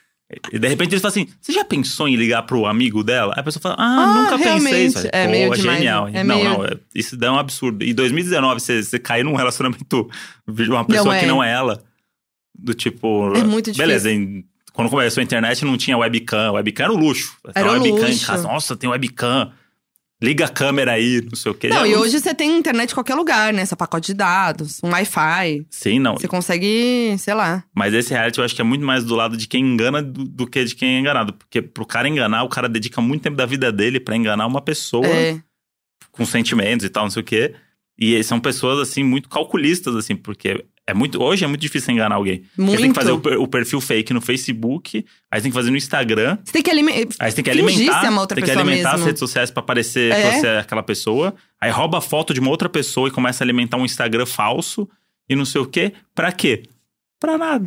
Speaker 1: E de repente eles falam assim: você já pensou em ligar pro amigo dela? Aí a pessoa fala: ah,
Speaker 2: Ah,
Speaker 1: nunca pensei.
Speaker 2: realmente.
Speaker 1: Você fala,
Speaker 2: É
Speaker 1: Pô,
Speaker 2: meio demais,
Speaker 1: genial.
Speaker 2: né? É
Speaker 1: não,
Speaker 2: meio-
Speaker 1: não, é- isso dá um absurdo. E 2019, você, você cair num relacionamento de uma pessoa
Speaker 2: é.
Speaker 1: que não é ela. Do tipo.
Speaker 2: É muito difícil.
Speaker 1: Beleza, em- quando começou a internet não tinha webcam. Webcam era o luxo. Tem
Speaker 2: Era o
Speaker 1: webcam em
Speaker 2: luxo.
Speaker 1: casa. Nossa, tem webcam. Liga a câmera aí, não sei o quê.
Speaker 2: Não,
Speaker 1: Já-
Speaker 2: e hoje você tem internet em qualquer lugar, né? Seu pacote de dados, um Wi-Fi.
Speaker 1: Sim, não.
Speaker 2: Você consegue, sei lá.
Speaker 1: Mas esse reality eu acho que é muito mais do lado de quem engana do, do que de quem é enganado. Porque pro cara enganar, o cara dedica muito tempo da vida dele pra enganar uma pessoa
Speaker 2: É,
Speaker 1: com sentimentos e tal, não sei o quê. E são pessoas, assim, muito calculistas, assim, porque é muito. Hoje é muito difícil enganar alguém. Porque
Speaker 2: muito.
Speaker 1: Você tem que fazer o, per- o perfil fake no Facebook, aí você tem que fazer no Instagram,
Speaker 2: Você tem que alime-
Speaker 1: aí você tem que
Speaker 2: Fingir
Speaker 1: alimentar.
Speaker 2: ser uma outra
Speaker 1: tem que
Speaker 2: pessoa
Speaker 1: alimentar
Speaker 2: mesmo.
Speaker 1: as redes sociais pra parecer
Speaker 2: É.
Speaker 1: que você é aquela pessoa. Aí rouba a foto de uma outra pessoa e começa a alimentar um Instagram falso e não sei o quê. Pra quê? Pra nada.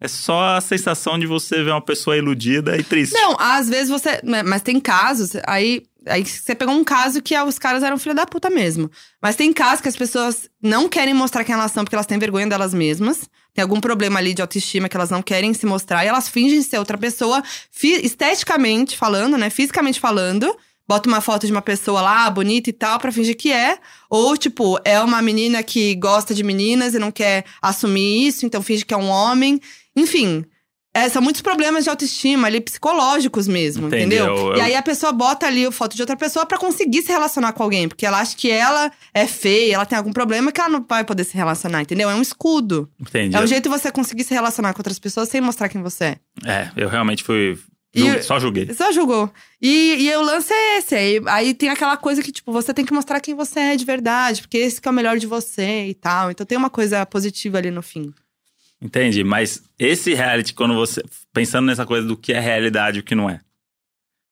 Speaker 1: É só a sensação de você ver uma pessoa iludida e triste.
Speaker 2: Não, às vezes você. né, Mas tem casos, aí, aí você pegou um caso que ah, os caras eram filha da puta mesmo. Mas tem casos que as pessoas não querem mostrar quem elas são porque elas têm vergonha delas mesmas. Tem algum problema ali de autoestima que elas não querem se mostrar e elas fingem ser outra pessoa, fi- esteticamente falando, né? Fisicamente falando. Bota uma foto de uma pessoa lá, bonita e tal, pra fingir que é. Ou, tipo, é uma menina que gosta de meninas e não quer assumir isso, então finge que é um homem. Enfim, é, são muitos problemas de autoestima ali, psicológicos mesmo,
Speaker 1: Entendi, é
Speaker 2: entendeu?
Speaker 1: eu-
Speaker 2: E
Speaker 1: eu-
Speaker 2: aí a pessoa bota ali a foto de outra pessoa pra conseguir se relacionar com alguém, porque ela acha que ela é feia, ela tem algum problema que ela não vai poder se relacionar, entendeu? É um escudo.
Speaker 1: Entendi.
Speaker 2: É um jeito de você conseguir se relacionar com outras pessoas sem mostrar quem você é.
Speaker 1: É, eu realmente fui.
Speaker 2: E-
Speaker 1: julguei- Só julguei.
Speaker 2: Só julgou. E, e o lance é esse. Aí, aí tem aquela coisa que, tipo, você tem que mostrar quem você é de verdade, porque esse que é o melhor de você e tal. Então tem uma coisa positiva ali no fim.
Speaker 1: Entendi, mas esse reality, quando você. Pensando nessa coisa do que é realidade e o que não é.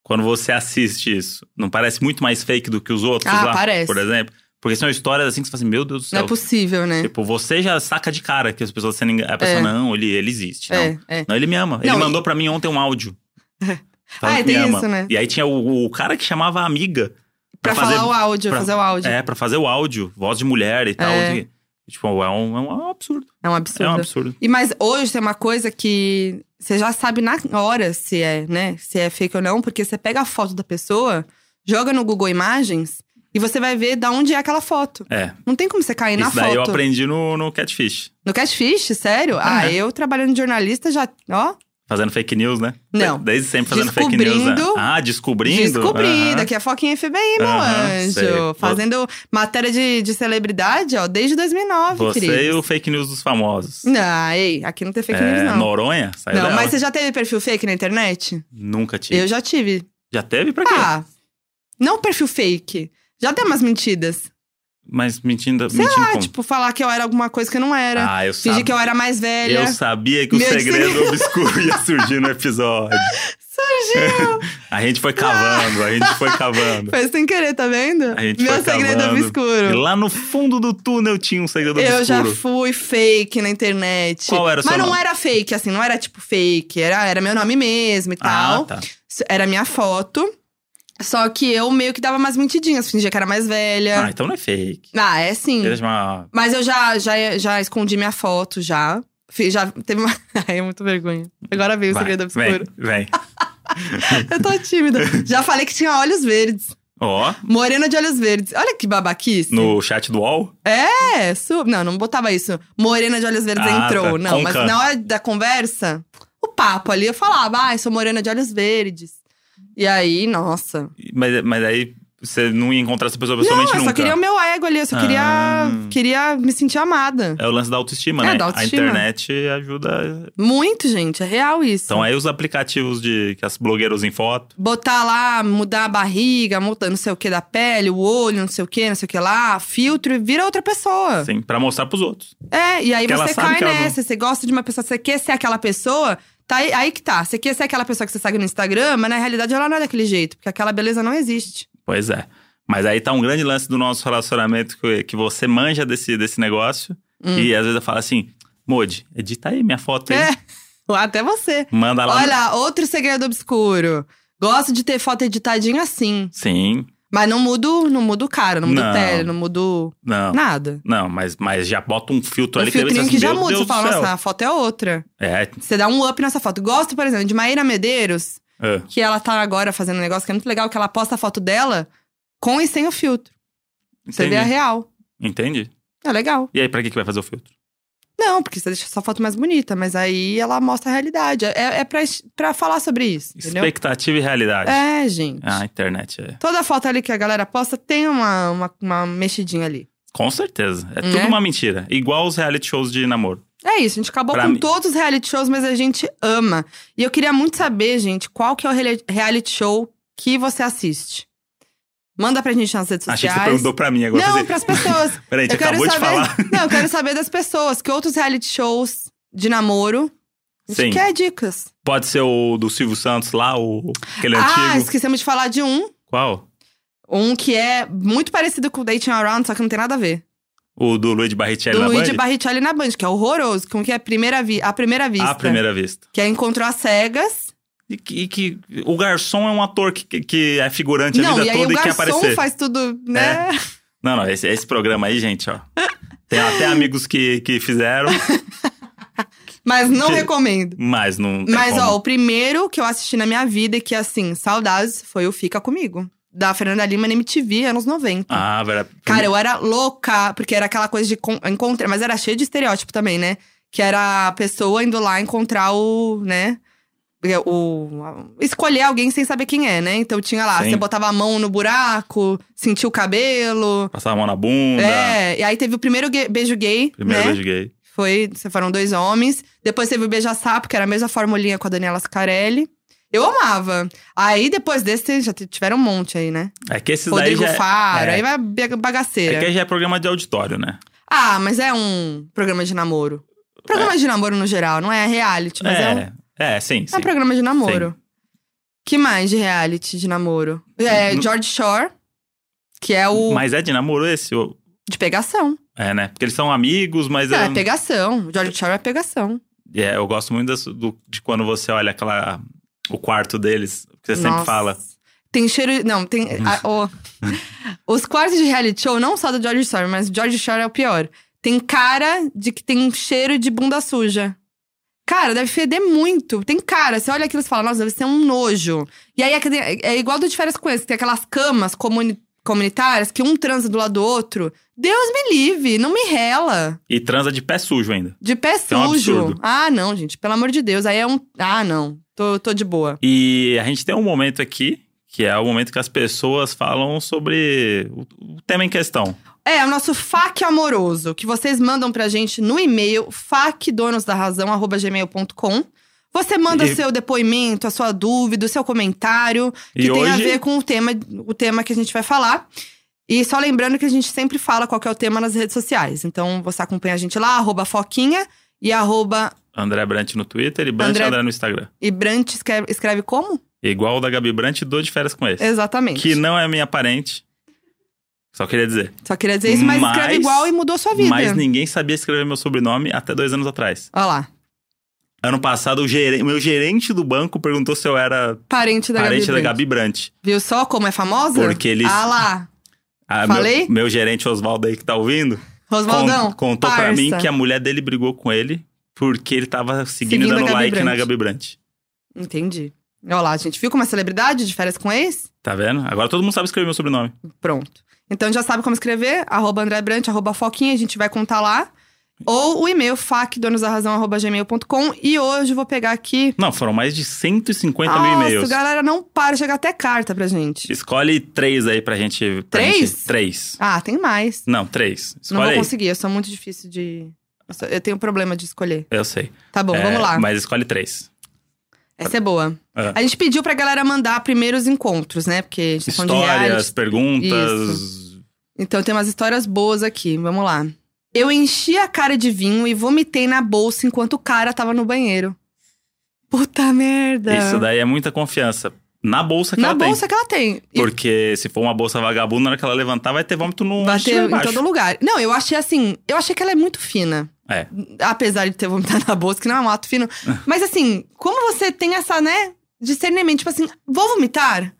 Speaker 1: Quando você assiste isso, não parece muito mais fake do que os outros
Speaker 2: Ah,
Speaker 1: lá?
Speaker 2: parece.
Speaker 1: Por exemplo? Porque são histórias assim que você fala assim, meu Deus do
Speaker 2: Não
Speaker 1: céu.
Speaker 2: é possível, né?
Speaker 1: tipo, você já saca de cara que as pessoas sendo engan... A pessoa,
Speaker 2: É.
Speaker 1: não, ele, ele existe. Não.
Speaker 2: É, é.
Speaker 1: Não, ele me ama. Ele
Speaker 2: Não,
Speaker 1: mandou pra mim ontem um áudio. Falando
Speaker 2: Ah,
Speaker 1: que
Speaker 2: tem
Speaker 1: me ama.
Speaker 2: isso, né?
Speaker 1: E aí tinha o, o cara que chamava a amiga
Speaker 2: Pra, falar o áudio,
Speaker 1: pra-
Speaker 2: fazer o áudio. É,
Speaker 1: É, pra fazer o áudio, voz de mulher e tal.
Speaker 2: É.
Speaker 1: E, tipo, é um, é um absurdo.
Speaker 2: um
Speaker 1: É um
Speaker 2: absurdo.
Speaker 1: absurdo.
Speaker 2: E mas hoje tem uma coisa que você já sabe na hora se é, né? Se é fake ou não, porque você pega a foto da pessoa, joga no Google Imagens e você vai ver da onde é aquela foto.
Speaker 1: É.
Speaker 2: Não tem como você cair na
Speaker 1: Isso daí eu
Speaker 2: foto.
Speaker 1: aprendi no, no Catfish.
Speaker 2: No Catfish, sério?
Speaker 1: É.
Speaker 2: Ah, eu trabalhando de jornalista já, ó,
Speaker 1: Fazendo fake news, né?
Speaker 2: Não.
Speaker 1: Desde sempre fazendo fake news. Né?
Speaker 2: Descobrindo.
Speaker 1: Ah, descobrindo?
Speaker 2: descobri,
Speaker 1: Aham.
Speaker 2: daqui a foquinha FBI, meu
Speaker 1: Aham,
Speaker 2: anjo.
Speaker 1: sei. Vo-
Speaker 2: Fazendo matéria de, de celebridade, ó, desde 2009,
Speaker 1: Você e
Speaker 2: querido.
Speaker 1: o fake news dos famosos.
Speaker 2: Não, ei, aqui não tem fake
Speaker 1: É,
Speaker 2: news, não.
Speaker 1: Noronha? Saiu
Speaker 2: não,
Speaker 1: dela.
Speaker 2: mas você já teve perfil fake na internet?
Speaker 1: Nunca tive.
Speaker 2: Eu já tive.
Speaker 1: Já teve? Pra quê?
Speaker 2: Ah, não perfil fake. Já tem umas mentidas.
Speaker 1: Mas mentindo,
Speaker 2: Sei
Speaker 1: mentindo
Speaker 2: Ah,
Speaker 1: como?
Speaker 2: tipo, falar que eu era alguma coisa que eu não era.
Speaker 1: Hum. ah, eu
Speaker 2: Fingir
Speaker 1: sabia.
Speaker 2: que eu era mais velha.
Speaker 1: Eu sabia que o
Speaker 2: Meu <laughs>
Speaker 1: segredo
Speaker 2: segredo.
Speaker 1: obscuro ia surgir no episódio.
Speaker 2: Surgiu!
Speaker 1: <laughs> A gente foi cavando, a gente foi
Speaker 2: <laughs>
Speaker 1: cavando.
Speaker 2: Foi sem querer, tá vendo?
Speaker 1: A gente
Speaker 2: Meu
Speaker 1: foi
Speaker 2: segredo é
Speaker 1: cavando. E
Speaker 2: obscuro.
Speaker 1: lá no fundo do túnel tinha um segredo
Speaker 2: Eu já
Speaker 1: obscuro.
Speaker 2: fui fake na internet.
Speaker 1: Qual era o
Speaker 2: Mas
Speaker 1: seu
Speaker 2: não
Speaker 1: nome?
Speaker 2: era fake, assim, não era tipo fake. Era, era meu nome mesmo e
Speaker 1: Ah,
Speaker 2: tal.
Speaker 1: tá.
Speaker 2: Era minha foto. Só que eu meio que dava umas mentidinhas, fingia que era mais velha.
Speaker 1: Ah, então não é fake.
Speaker 2: Ah, é sim.
Speaker 1: Era uma-
Speaker 2: Mas eu já, já, já escondi minha foto, já. Fi- Já teve uma. <laughs> Ai, é muito vergonha. Agora veio o
Speaker 1: Vai,
Speaker 2: um segredo
Speaker 1: vem,
Speaker 2: obscuro.
Speaker 1: vem.
Speaker 2: Eu tô
Speaker 1: <laughs>
Speaker 2: tímida. Já falei que tinha olhos verdes. <laughs>
Speaker 1: Ó,
Speaker 2: Morena de olhos verdes. Olha que babaquice.
Speaker 1: no chat do UOL.
Speaker 2: É, su... não, não botava isso. Morena de olhos verdes
Speaker 1: Ah,
Speaker 2: entrou.
Speaker 1: tá.
Speaker 2: Não,
Speaker 1: Com
Speaker 2: mas
Speaker 1: K.
Speaker 2: na hora da conversa, o papo ali, eu falava, ai, sou morena de olhos verdes. E aí, nossa.
Speaker 1: Mas, mas aí você não ia encontrar essa pessoa
Speaker 2: Não,
Speaker 1: pessoalmente
Speaker 2: eu só
Speaker 1: nunca.
Speaker 2: queria o meu ego ali, eu só
Speaker 1: Ah.
Speaker 2: queria, queria me sentir amada.
Speaker 1: É o lance da autoestima,
Speaker 2: É,
Speaker 1: né?
Speaker 2: da autoestima.
Speaker 1: A internet ajuda.
Speaker 2: Muito, gente, é real isso.
Speaker 1: Então aí os aplicativos de que as blogueiras em foto.
Speaker 2: botar lá, mudar a barriga, mudar não sei o que da pele, o olho, não sei o que, não sei o que lá, filtro e vira outra pessoa.
Speaker 1: Assim, pra mostrar pros outros.
Speaker 2: É, e aí
Speaker 1: Porque ela
Speaker 2: você
Speaker 1: sabe
Speaker 2: cai
Speaker 1: que ela não-
Speaker 2: nessa, você gosta de uma pessoa, você quer ser aquela pessoa, tá aí, aí que tá. Você quer ser aquela pessoa que você segue no Instagram, mas na realidade ela não é daquele jeito, porque aquela beleza não existe.
Speaker 1: Pois é. Mas aí tá um grande lance do nosso relacionamento que, que você manja desse, desse negócio.
Speaker 2: Hum.
Speaker 1: E às vezes eu falo assim, Modi, edita aí minha foto aí.
Speaker 2: É, <laughs> até você.
Speaker 1: Manda lá.
Speaker 2: Olha, outro segredo obscuro. Gosto de ter foto editadinha assim.
Speaker 1: Sim.
Speaker 2: Mas não mudo, não mudo cara, não mudo
Speaker 1: Não.
Speaker 2: pele, não mudo
Speaker 1: Não.
Speaker 2: nada.
Speaker 1: Não, mas, mas já bota um filtro
Speaker 2: Um
Speaker 1: ali que deve ser
Speaker 2: filtrinho
Speaker 1: assim,
Speaker 2: que já
Speaker 1: meu
Speaker 2: muda,
Speaker 1: Deus
Speaker 2: você
Speaker 1: do
Speaker 2: fala,
Speaker 1: céu.
Speaker 2: nossa, a foto é outra.
Speaker 1: É,
Speaker 2: Você dá um up nessa foto. Gosto, por exemplo, de Maíra Medeiros,
Speaker 1: é.
Speaker 2: que ela tá agora fazendo um negócio que é muito legal, que ela posta a foto dela com e sem o filtro. Você vê a
Speaker 1: Entendi.
Speaker 2: real.
Speaker 1: Entendi.
Speaker 2: É legal.
Speaker 1: E aí, pra que, que vai fazer o filtro?
Speaker 2: Não, porque você deixa sua foto mais bonita, mas aí ela mostra a realidade. É, é pra, es- pra falar sobre isso, entendeu?
Speaker 1: Expectativa e realidade.
Speaker 2: É, gente.
Speaker 1: Ah, a internet é.
Speaker 2: Toda foto ali que a galera posta tem uma, uma, uma mexidinha ali.
Speaker 1: Com certeza. É tudo
Speaker 2: Né?
Speaker 1: uma mentira. Igual os reality shows de namoro.
Speaker 2: É isso, a gente acabou
Speaker 1: Pra
Speaker 2: com
Speaker 1: mim-
Speaker 2: todos os reality shows, mas a gente ama. E eu queria muito saber, gente, qual que é o reali- reality show que você assiste. Manda pra gente nas redes
Speaker 1: Achei
Speaker 2: sociais.
Speaker 1: que você perguntou pra mim agora.
Speaker 2: Não,
Speaker 1: Fazer-
Speaker 2: pras pessoas.
Speaker 1: Peraí, a
Speaker 2: eu
Speaker 1: gente
Speaker 2: quero
Speaker 1: acabou de
Speaker 2: saber.
Speaker 1: falar.
Speaker 2: <laughs> Não, eu quero saber das pessoas. Que outros reality shows de namoro. A gente
Speaker 1: Sim.
Speaker 2: quer dicas.
Speaker 1: Pode ser o do Silvio Santos lá, o aquele
Speaker 2: ah,
Speaker 1: é antigo.
Speaker 2: esquecemos de falar de um.
Speaker 1: Qual?
Speaker 2: Um que é muito parecido com o Dating Around, só que não tem nada a ver.
Speaker 1: O do Luigi Barrichelli
Speaker 2: Do
Speaker 1: É na
Speaker 2: Luigi
Speaker 1: Band?
Speaker 2: Barrichelli na Band, que é horroroso. Com que é a primeira, vi a primeira vista.
Speaker 1: À primeira vista.
Speaker 2: Que é Encontrou as Cegas.
Speaker 1: E que, e que o garçom é um ator que, que- que é figurante a
Speaker 2: não,
Speaker 1: vida
Speaker 2: e aí
Speaker 1: toda
Speaker 2: o
Speaker 1: e quer
Speaker 2: garçom
Speaker 1: aparecer. É.
Speaker 2: faz tudo, né?
Speaker 1: Não, não, esse, esse programa aí, gente, ó. Tem até amigos que, que fizeram,
Speaker 2: Mas não
Speaker 1: Que-
Speaker 2: recomendo.
Speaker 1: mas não. tem
Speaker 2: Mas,
Speaker 1: como.
Speaker 2: ó, o primeiro que eu assisti na minha vida e que, assim, saudades, foi o Fica Comigo. Da Fernanda Lima na MTV, anos 90.
Speaker 1: Ah, verdade.
Speaker 2: Cara, eu era louca, porque era aquela coisa de con- encontrar, mas era cheio de estereótipo também, né? Que era a pessoa indo lá encontrar o, né? é, O, a- escolher alguém sem saber quem é, né? Então tinha lá,
Speaker 1: Sim.
Speaker 2: você botava a mão no buraco, sentia o cabelo.
Speaker 1: Passar a mão na bunda.
Speaker 2: É, e aí teve o primeiro gay- beijo gay,
Speaker 1: Primeiro
Speaker 2: né?
Speaker 1: beijo gay.
Speaker 2: Foi, foram dois homens. Depois teve o Beija-Sapo, que era a mesma formulinha com a Daniela Scarelli. Eu amava. Aí depois desse, já t- tiveram um monte aí, né?
Speaker 1: É que esses
Speaker 2: Rodrigo
Speaker 1: daí já.
Speaker 2: Faro,
Speaker 1: é.
Speaker 2: aí vai a bega-
Speaker 1: É,
Speaker 2: bagaceira.
Speaker 1: é que aí já é programa de auditório, né?
Speaker 2: Ah, mas é um programa de namoro. Programa de namoro no geral, não é reality, mas é, um,
Speaker 1: é, é, sim,
Speaker 2: é
Speaker 1: sim.
Speaker 2: um programa de namoro. Que mais de reality de namoro? É
Speaker 1: Hum.
Speaker 2: George Shore, que é o
Speaker 1: Mas é de namoro esse? ou-
Speaker 2: de pegação.
Speaker 1: É, né? Porque eles são amigos, mas.
Speaker 2: Não,
Speaker 1: é,
Speaker 2: é pegação. George Shore é pegação.
Speaker 1: é, eu gosto muito das- do- de quando você olha aquela. O quarto deles, que você sempre
Speaker 2: Nossa.
Speaker 1: fala. Hum.
Speaker 2: Tem cheiro. Não, tem. a- o-
Speaker 1: <laughs>
Speaker 2: os quartos de reality show, não só do George Shore, mas o George Shore é o pior. Tem cara de que tem um cheiro de bunda suja. Cara, deve feder muito. Tem cara, você olha aquilo e você fala, nossa, deve ser um nojo. E aí é, que tem- é igual do de férias com esse, tem aquelas camas comuni- comunitárias que um transa do lado do outro. Deus me livre, não me rela.
Speaker 1: E transa de pé sujo ainda.
Speaker 2: De pé
Speaker 1: é um
Speaker 2: sujo.
Speaker 1: absurdo.
Speaker 2: ah, não, gente, pelo amor de Deus. Aí é um. Ah, não. Tô, tô de boa.
Speaker 1: E a gente tem um momento aqui, que é o momento que as pessoas falam sobre o, o tema em questão.
Speaker 2: É, o nosso FAQ amoroso, que vocês mandam pra gente no e-mail facdonosdarrazão.gmail.com. Você manda
Speaker 1: E-
Speaker 2: seu depoimento, a sua dúvida, o seu comentário, que
Speaker 1: e
Speaker 2: tem a
Speaker 1: hoje,
Speaker 2: ver com o tema, o tema que a gente vai falar. E só lembrando que a gente sempre fala qual que é o tema nas redes sociais. Então você acompanha a gente lá, arroba Foquinha e arroba.
Speaker 1: André Brant no Twitter e Brant
Speaker 2: André-
Speaker 1: André... no Instagram.
Speaker 2: E Brant escreve, é, escreve como?
Speaker 1: Igual o da Gabi Brant, dou de férias com esse.
Speaker 2: Exatamente.
Speaker 1: Que não é minha parente. Só queria dizer.
Speaker 2: Só queria dizer isso, mas,
Speaker 1: Mas-
Speaker 2: escreve igual e mudou sua vida.
Speaker 1: Mas ninguém sabia escrever meu sobrenome até dois anos atrás.
Speaker 2: Olha lá.
Speaker 1: Ano passado, o gere- meu gerente do banco perguntou se eu era
Speaker 2: Parente da
Speaker 1: parente
Speaker 2: Gabi.
Speaker 1: da
Speaker 2: Brant.
Speaker 1: Gabi Brant.
Speaker 2: Viu só como é famosa?
Speaker 1: Porque eles-
Speaker 2: Ah lá.
Speaker 1: Ah,
Speaker 2: Falei?
Speaker 1: Meu, meu gerente Oswaldo aí que tá ouvindo
Speaker 2: Rosvaldão.
Speaker 1: con- contou pra
Speaker 2: parça.
Speaker 1: mim que a mulher dele brigou com ele porque ele tava seguindo,
Speaker 2: Seguindo
Speaker 1: e
Speaker 2: a
Speaker 1: dando
Speaker 2: Gabi
Speaker 1: like na
Speaker 2: Brant.
Speaker 1: Gabi Brant.
Speaker 2: Entendi. Olha lá, gente. Viu como é celebridade de férias com ex?
Speaker 1: Tá vendo? Agora todo mundo sabe escrever meu sobrenome.
Speaker 2: Pronto. Então já sabe como escrever. Arroba André Brant, arroba Foquinha, a gente vai contar lá. Ou o e-mail facdonosarrazão.gmail.com. E hoje eu vou pegar aqui.
Speaker 1: Não, foram mais de 150
Speaker 2: Nossa,
Speaker 1: mil e-mails.
Speaker 2: galera, não para, chega até carta pra gente.
Speaker 1: Escolhe três aí pra gente. pra
Speaker 2: Três?
Speaker 1: gente- três.
Speaker 2: Ah, tem mais.
Speaker 1: Não, três.
Speaker 2: não
Speaker 1: Escolhe
Speaker 2: vou
Speaker 1: aí.
Speaker 2: conseguir, eu sou muito difícil de. eu sou- Eu tenho problema de escolher.
Speaker 1: Eu sei.
Speaker 2: Tá bom,
Speaker 1: É,
Speaker 2: vamos lá.
Speaker 1: Mas escolhe três.
Speaker 2: Essa é boa.
Speaker 1: Ah.
Speaker 2: A gente pediu pra galera mandar primeiros encontros, né? Porque a gente tá falando de
Speaker 1: Histórias,
Speaker 2: reality.
Speaker 1: perguntas.
Speaker 2: Então tem umas histórias boas aqui, vamos lá. Eu enchi a cara de vinho e vomitei na bolsa enquanto o cara tava no banheiro. Puta merda.
Speaker 1: Isso daí é muita confiança. Na bolsa que
Speaker 2: na
Speaker 1: ela
Speaker 2: bolsa que ela tem.
Speaker 1: tem. Porque se for uma bolsa vagabunda, na hora que ela levantar, vai ter vômito no
Speaker 2: Bateu em
Speaker 1: embaixo.
Speaker 2: todo lugar. Não, eu achei assim, eu achei que ela é muito fina.
Speaker 1: É.
Speaker 2: Apesar de ter vomitado na bolsa, que não é um ato
Speaker 1: <laughs>
Speaker 2: fino. Mas assim, como você tem essa, né, discernimento, tipo assim, vou vomitar?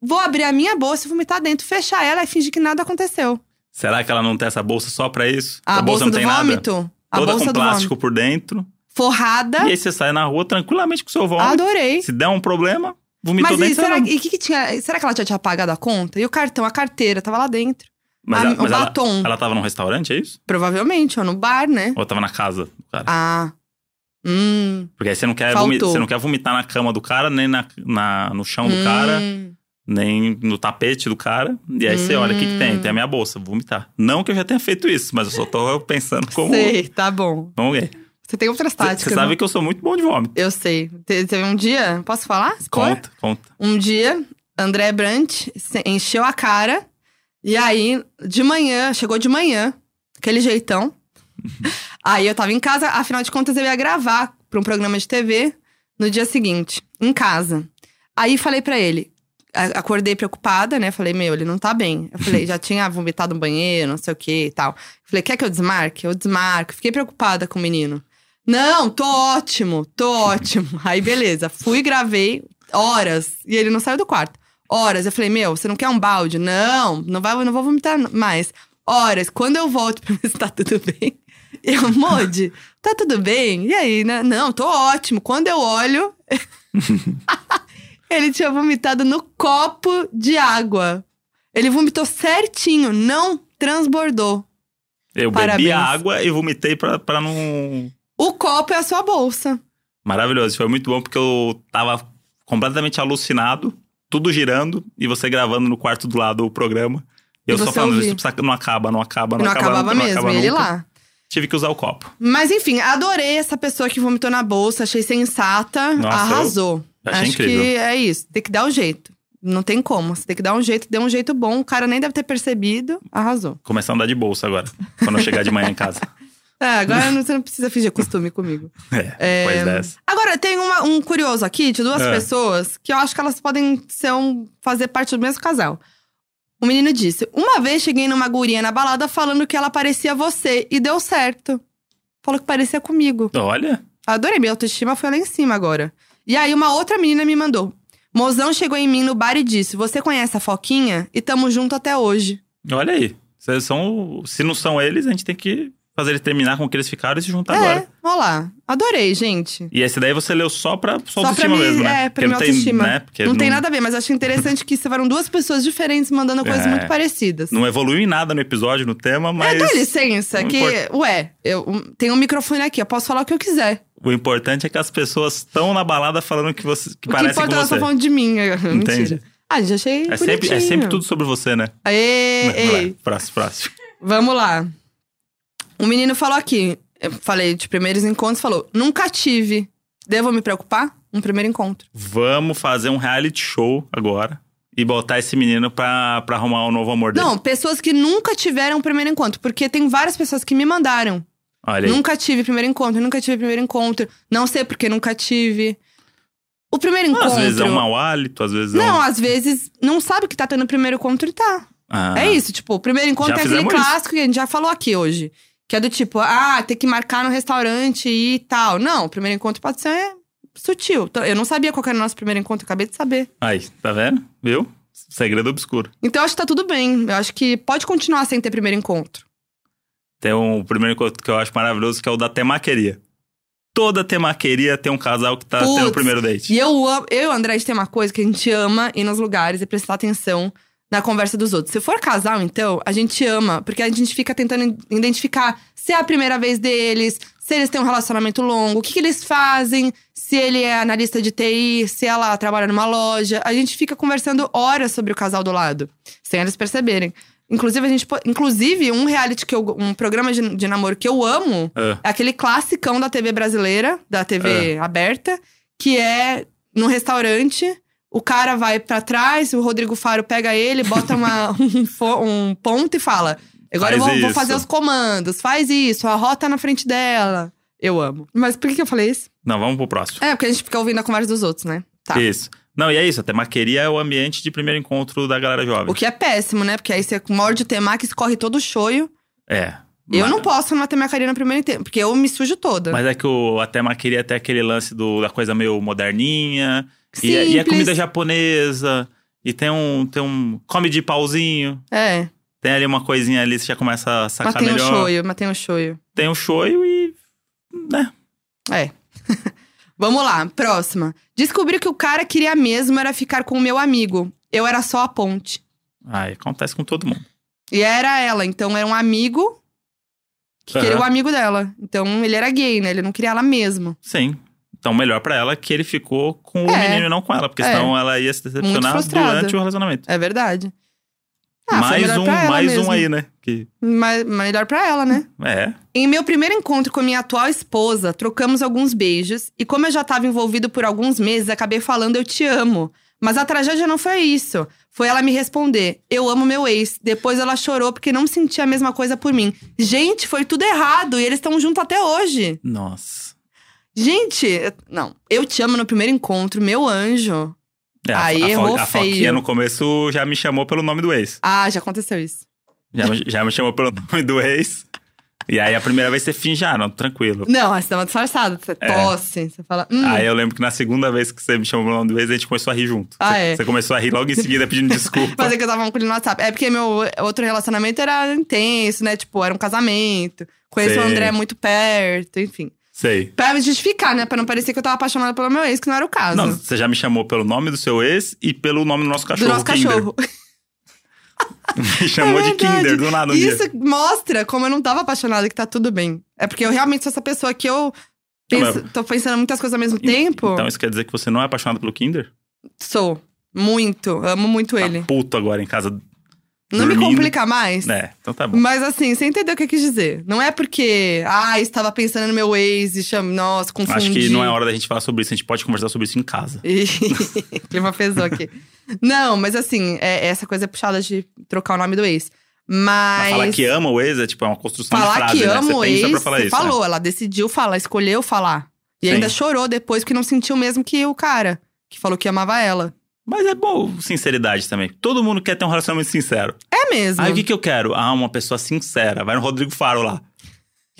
Speaker 2: Vou abrir a minha bolsa e vomitar dentro, fechar ela e fingir que nada aconteceu.
Speaker 1: Será que ela não tem essa bolsa só pra isso?
Speaker 2: A, bolsa,
Speaker 1: não
Speaker 2: do
Speaker 1: tem nada?
Speaker 2: vômito? A
Speaker 1: Toda
Speaker 2: bolsa
Speaker 1: com
Speaker 2: do vômito.
Speaker 1: plástico por dentro.
Speaker 2: Forrada.
Speaker 1: E aí você sai na rua tranquilamente com seu vômito.
Speaker 2: Adorei.
Speaker 1: Se der um problema, vomitou
Speaker 2: Mas
Speaker 1: dentro.
Speaker 2: e será,
Speaker 1: ela-
Speaker 2: e que que tinha, será que ela já tinha pagado a conta? E o cartão, a carteira, tava lá dentro.
Speaker 1: Mas,
Speaker 2: A-
Speaker 1: ela,
Speaker 2: o
Speaker 1: mas ela-
Speaker 2: batom,
Speaker 1: ela tava num restaurante, é isso?
Speaker 2: provavelmente, ou no bar, né?
Speaker 1: Ou tava na casa do cara?
Speaker 2: Ah. Hum.
Speaker 1: Porque aí você não quer,
Speaker 2: Faltou.
Speaker 1: vomi- você não quer vomitar na cama do cara, nem na, na- no chão do
Speaker 2: hum.
Speaker 1: cara, nem no tapete do cara. E aí você olha, o que, que tem?
Speaker 2: Hum.
Speaker 1: Tem a minha bolsa, vou vomitar. Não que eu já tenha feito isso, mas eu só tô pensando como.
Speaker 2: Sei, tá bom.
Speaker 1: Como alguém.
Speaker 2: Você tem outras táticas.
Speaker 1: Você
Speaker 2: né?
Speaker 1: sabe que eu sou muito bom de vômito.
Speaker 2: Eu sei. Te- Teve um dia, posso falar? Se for?
Speaker 1: Conta, conta.
Speaker 2: Um dia, André Brant se- encheu a cara. E aí, de manhã, chegou de manhã, aquele jeitão. aí eu tava em casa, afinal de contas eu ia gravar pra um programa de TV no dia seguinte, em casa. Aí falei pra ele, a- acordei preocupada, né? Falei, meu, ele não tá bem. Eu falei, já tinha vomitado no banheiro, não sei o que e tal. Falei, quer que eu desmarque? Eu desmarco. Fiquei preocupada com o menino. Não, tô ótimo, tô ótimo. <laughs> Aí, beleza. Fui, gravei horas. E ele não saiu do quarto. Horas. Eu falei, meu, você não quer um balde? Não, não, vai, não vou vomitar mais. Horas. Quando eu volto <laughs> pra ver se tá tudo bem. Eu, Modi, tá tudo bem? E aí, né? Não, tô ótimo. Quando eu olho. <laughs> ele tinha vomitado no copo de água. Ele vomitou certinho, não transbordou.
Speaker 1: Eu
Speaker 2: Parabéns.
Speaker 1: bebi a água e vomitei pra, pra não.
Speaker 2: O copo é a sua bolsa.
Speaker 1: Maravilhoso. Foi muito bom porque eu tava completamente alucinado, tudo girando e você gravando no quarto do lado o programa. E
Speaker 2: E
Speaker 1: eu só
Speaker 2: você
Speaker 1: falando,
Speaker 2: ouvir.
Speaker 1: isso precisa- não acaba, não acaba, não,
Speaker 2: Não,
Speaker 1: acaba.
Speaker 2: acabava
Speaker 1: nunca, não
Speaker 2: mesmo,
Speaker 1: acaba
Speaker 2: ele
Speaker 1: nunca.
Speaker 2: lá.
Speaker 1: Tive que usar o copo.
Speaker 2: Mas enfim, adorei essa pessoa que vomitou na bolsa, achei sensata,
Speaker 1: Nossa,
Speaker 2: arrasou.
Speaker 1: achei
Speaker 2: Acho
Speaker 1: incrível.
Speaker 2: que é isso, tem que dar um jeito. Não tem como, você tem que dar um jeito, deu um jeito bom, o cara nem deve ter percebido, arrasou.
Speaker 1: Começar a andar de bolsa agora, quando eu chegar de manhã
Speaker 2: <laughs>
Speaker 1: em casa.
Speaker 2: É,
Speaker 1: <laughs>
Speaker 2: agora não- você não precisa fingir costume comigo.
Speaker 1: É, depois dessa.
Speaker 2: Agora, tem uma- um curioso aqui de duas
Speaker 1: Ah.
Speaker 2: pessoas que eu acho que elas podem ser um, fazer parte do mesmo casal. O menino disse: Uma vez cheguei numa guria na balada falando que ela parecia você e deu certo. Falou que parecia comigo.
Speaker 1: Olha,
Speaker 2: Adorei, minha autoestima foi lá em cima agora. E aí, uma outra menina me mandou. Mozão chegou em mim no bar e disse: Você conhece a Foquinha? E tamo junto até hoje.
Speaker 1: olha aí. Vocês são, se não são eles, a gente tem que fazer eles terminar com o que eles ficaram e se juntar
Speaker 2: é,
Speaker 1: Tá agora.
Speaker 2: ó lá. Adorei, gente.
Speaker 1: E esse daí você leu só pra sua
Speaker 2: pra
Speaker 1: autoestima
Speaker 2: mim,
Speaker 1: mesmo, né?
Speaker 2: é, pra
Speaker 1: Porque
Speaker 2: minha
Speaker 1: não tem,
Speaker 2: autoestima.
Speaker 1: Né? Porque
Speaker 2: não, tem nada a ver, mas achei interessante que foram duas pessoas diferentes mandando coisas
Speaker 1: É.
Speaker 2: muito parecidas.
Speaker 1: Não evoluiu em nada no episódio, no tema,
Speaker 2: É,
Speaker 1: mas
Speaker 2: dá licença,
Speaker 1: não
Speaker 2: que, ué, eu um, tenho um microfone aqui, eu posso falar o que eu quiser.
Speaker 1: o importante é que as pessoas estão na balada falando que, você, que
Speaker 2: o que
Speaker 1: parecem
Speaker 2: importa
Speaker 1: com
Speaker 2: é elas
Speaker 1: você.
Speaker 2: estão falando de mim. <laughs> Mentira.
Speaker 1: Entende?
Speaker 2: Ah, gente, achei.
Speaker 1: É sempre, é sempre
Speaker 2: bonitinho. É,
Speaker 1: tudo sobre você, né?
Speaker 2: Aê,
Speaker 1: Vai, vai,
Speaker 2: ei.
Speaker 1: Próximo, próximo.
Speaker 2: Vamos lá. O menino falou aqui. Eu falei de primeiros encontros, falou: nunca tive. Devo me preocupar? Um primeiro encontro.
Speaker 1: Vamos fazer um reality show agora. e botar esse menino pra, pra arrumar um novo amor dele.
Speaker 2: Não, pessoas que nunca tiveram um primeiro encontro. Porque tem várias pessoas que me mandaram.
Speaker 1: Olha aí.
Speaker 2: Nunca tive primeiro encontro, nunca tive primeiro encontro. Não sei porque nunca tive. O primeiro encontro.
Speaker 1: Às vezes é um mau hálito, às vezes é um...
Speaker 2: Não, às vezes não sabe que tá tendo o primeiro encontro e tá.
Speaker 1: Ah,
Speaker 2: É isso, tipo, o primeiro encontro
Speaker 1: Já
Speaker 2: é aquele
Speaker 1: fizemos isso.
Speaker 2: clássico que a gente já falou aqui hoje. Que é do tipo, ah, tem que marcar no restaurante e tal. Não, o primeiro encontro pode ser sutil. Então, Eu não sabia qual que era o nosso primeiro encontro, eu acabei de saber.
Speaker 1: Aí, tá vendo? Viu? Segredo obscuro.
Speaker 2: Então eu acho que tá tudo bem. Eu acho que pode continuar sem ter primeiro encontro.
Speaker 1: Tem um primeiro encontro que eu acho maravilhoso, que é o da temaqueria. Toda temaqueria tem um casal que tá
Speaker 2: Putz,
Speaker 1: tendo o primeiro date.
Speaker 2: E eu amo, eu e o André, a gente tem uma coisa que a gente ama ir nos lugares e prestar atenção na conversa dos outros. Se for casal, então, a gente ama, porque a gente fica tentando in- identificar se é a primeira vez deles, se eles têm um relacionamento longo, o que, que eles fazem, se ele é analista de TI, se ela trabalha numa loja. A gente fica conversando horas sobre o casal do lado, sem eles perceberem. Inclusive, a gente, po- inclusive um reality que eu, um programa de, de namoro que eu amo,
Speaker 1: Ah,
Speaker 2: é aquele classicão da TV brasileira, da
Speaker 1: É.
Speaker 2: TV aberta, que é num restaurante, o cara vai pra trás, o Rodrigo Faro pega ele, bota uma-
Speaker 1: <laughs>
Speaker 2: um, fo- um ponto e fala: Agora eu
Speaker 1: Faz
Speaker 2: vou, vou
Speaker 1: isso."
Speaker 2: fazer os comandos, faz isso, a rota na frente dela. Eu amo. Mas por que, que eu falei isso?
Speaker 1: Não, vamos pro próximo.
Speaker 2: É, porque a gente fica ouvindo a conversa dos outros, né? Tá.
Speaker 1: Isso. Não, e é isso. A temaqueria é o ambiente de primeiro encontro da galera jovem.
Speaker 2: O que é péssimo, né? Porque aí você morde o temaki, escorre todo o choio.
Speaker 1: É.
Speaker 2: Eu
Speaker 1: Mas-
Speaker 2: não posso matar minha carinha no primeiro tempo, porque eu me sujo toda.
Speaker 1: Mas é que o, a temaqueria tem aquele lance do, da coisa meio moderninha. E,
Speaker 2: Simples.
Speaker 1: e é comida japonesa. E tem um, tem um... Come de pauzinho.
Speaker 2: É,
Speaker 1: Tem ali uma coisinha ali, você já começa a sacar
Speaker 2: matei um
Speaker 1: tá melhor.
Speaker 2: choio, matei um choio.
Speaker 1: Tem um shoyu e... Né?
Speaker 2: É. <laughs> Vamos lá, próxima. Descobri que o cara queria mesmo era ficar com o meu amigo. Eu era só a ponte.
Speaker 1: Ai, acontece com todo mundo.
Speaker 2: E era ela, então era um amigo que queria
Speaker 1: Aham.
Speaker 2: o amigo dela. Então ele era gay, né? Ele não queria ela mesmo.
Speaker 1: Sim. Então, melhor pra ela que ele ficou com o
Speaker 2: É.
Speaker 1: menino e não com ela. Porque
Speaker 2: É.
Speaker 1: senão ela ia se decepcionar
Speaker 2: frustrada.
Speaker 1: durante o relacionamento.
Speaker 2: É verdade. Ah, foi
Speaker 1: mais
Speaker 2: melhor
Speaker 1: um,
Speaker 2: pra ela
Speaker 1: mais um
Speaker 2: mesmo.
Speaker 1: aí, né? Que,
Speaker 2: Mas, mas melhor pra ela, né?
Speaker 1: é.
Speaker 2: Em meu primeiro encontro com minha atual esposa, trocamos alguns beijos e como eu já estava envolvido por alguns meses, acabei falando eu te amo. Mas a tragédia não foi isso. Foi ela me responder: "Eu amo meu ex". Depois ela chorou porque não sentia a mesma coisa por mim. Gente, foi tudo errado e eles estão juntos até hoje.
Speaker 1: Nossa.
Speaker 2: Gente, não, eu te amo no primeiro encontro, meu anjo.
Speaker 1: É, a-
Speaker 2: Aí
Speaker 1: a, fo-
Speaker 2: errou
Speaker 1: a Foquinha
Speaker 2: feio.
Speaker 1: no começo já me chamou pelo nome do ex.
Speaker 2: Ah, já aconteceu isso.
Speaker 1: Já, me- já me chamou pelo <laughs> nome do ex. E aí a primeira vez você finge, ah, não, tranquilo.
Speaker 2: Não, aí você dá uma disfarçada, você
Speaker 1: É.
Speaker 2: tosse, você fala: "Hum,
Speaker 1: Aí eu lembro que na segunda vez que você me chamou pelo nome do ex, a gente começou a rir junto.
Speaker 2: Ah,
Speaker 1: você,
Speaker 2: é.
Speaker 1: você começou a rir logo em
Speaker 2: <laughs>
Speaker 1: seguida pedindo desculpa.
Speaker 2: Fazer que eu tava com ele no WhatsApp. É porque meu outro relacionamento era intenso, né? Tipo, era um casamento. Conheço o
Speaker 1: Sei.
Speaker 2: André muito perto, enfim.
Speaker 1: Sei.
Speaker 2: Pra me justificar, né? Pra não parecer que eu tava apaixonada pelo meu ex, que não era o caso.
Speaker 1: Não, você já me chamou pelo nome do seu ex e pelo nome do nosso
Speaker 2: do
Speaker 1: cachorro, tá
Speaker 2: nosso
Speaker 1: Kinder.
Speaker 2: cachorro.
Speaker 1: <laughs> Me chamou
Speaker 2: É
Speaker 1: de Kinder do nada um
Speaker 2: E
Speaker 1: dia.
Speaker 2: isso mostra como eu não tava apaixonada, que tá tudo bem. É porque eu realmente sou essa pessoa que eu penso- tô pensando muitas coisas ao mesmo tempo.
Speaker 1: Então isso quer dizer que você não é apaixonado pelo Kinder?
Speaker 2: Sou. Muito. Amo muito ele.
Speaker 1: Tá puto agora em casa.
Speaker 2: Não me
Speaker 1: dormindo.
Speaker 2: complica mais.
Speaker 1: É, então tá bom.
Speaker 2: Mas assim, você entendeu o que eu quis dizer. Não é porque, ah, estava pensando no meu ex e chamo, nossa, confundi.
Speaker 1: Acho que não é hora da gente falar sobre isso. A gente pode conversar sobre isso em casa.
Speaker 2: <laughs> Ih, Clima pesou aqui. Não, mas assim, é- essa coisa é puxada de trocar o nome do ex.
Speaker 1: Mas
Speaker 2: Mas.
Speaker 1: falar que ama o ex é tipo é uma construção
Speaker 2: falar
Speaker 1: de frase,
Speaker 2: que
Speaker 1: né?
Speaker 2: ama o
Speaker 1: você pensa
Speaker 2: ex,
Speaker 1: pra falar
Speaker 2: você
Speaker 1: isso. né?
Speaker 2: falou. Ela decidiu falar, escolheu falar. E
Speaker 1: Sim.
Speaker 2: ainda chorou depois que não sentiu mesmo que o cara, que falou que amava ela.
Speaker 1: Mas é bom sinceridade também. Todo mundo quer ter um relacionamento sincero.
Speaker 2: É mesmo.
Speaker 1: Aí o que, que eu quero? Ah, uma pessoa sincera. Vai no Rodrigo Faro lá. O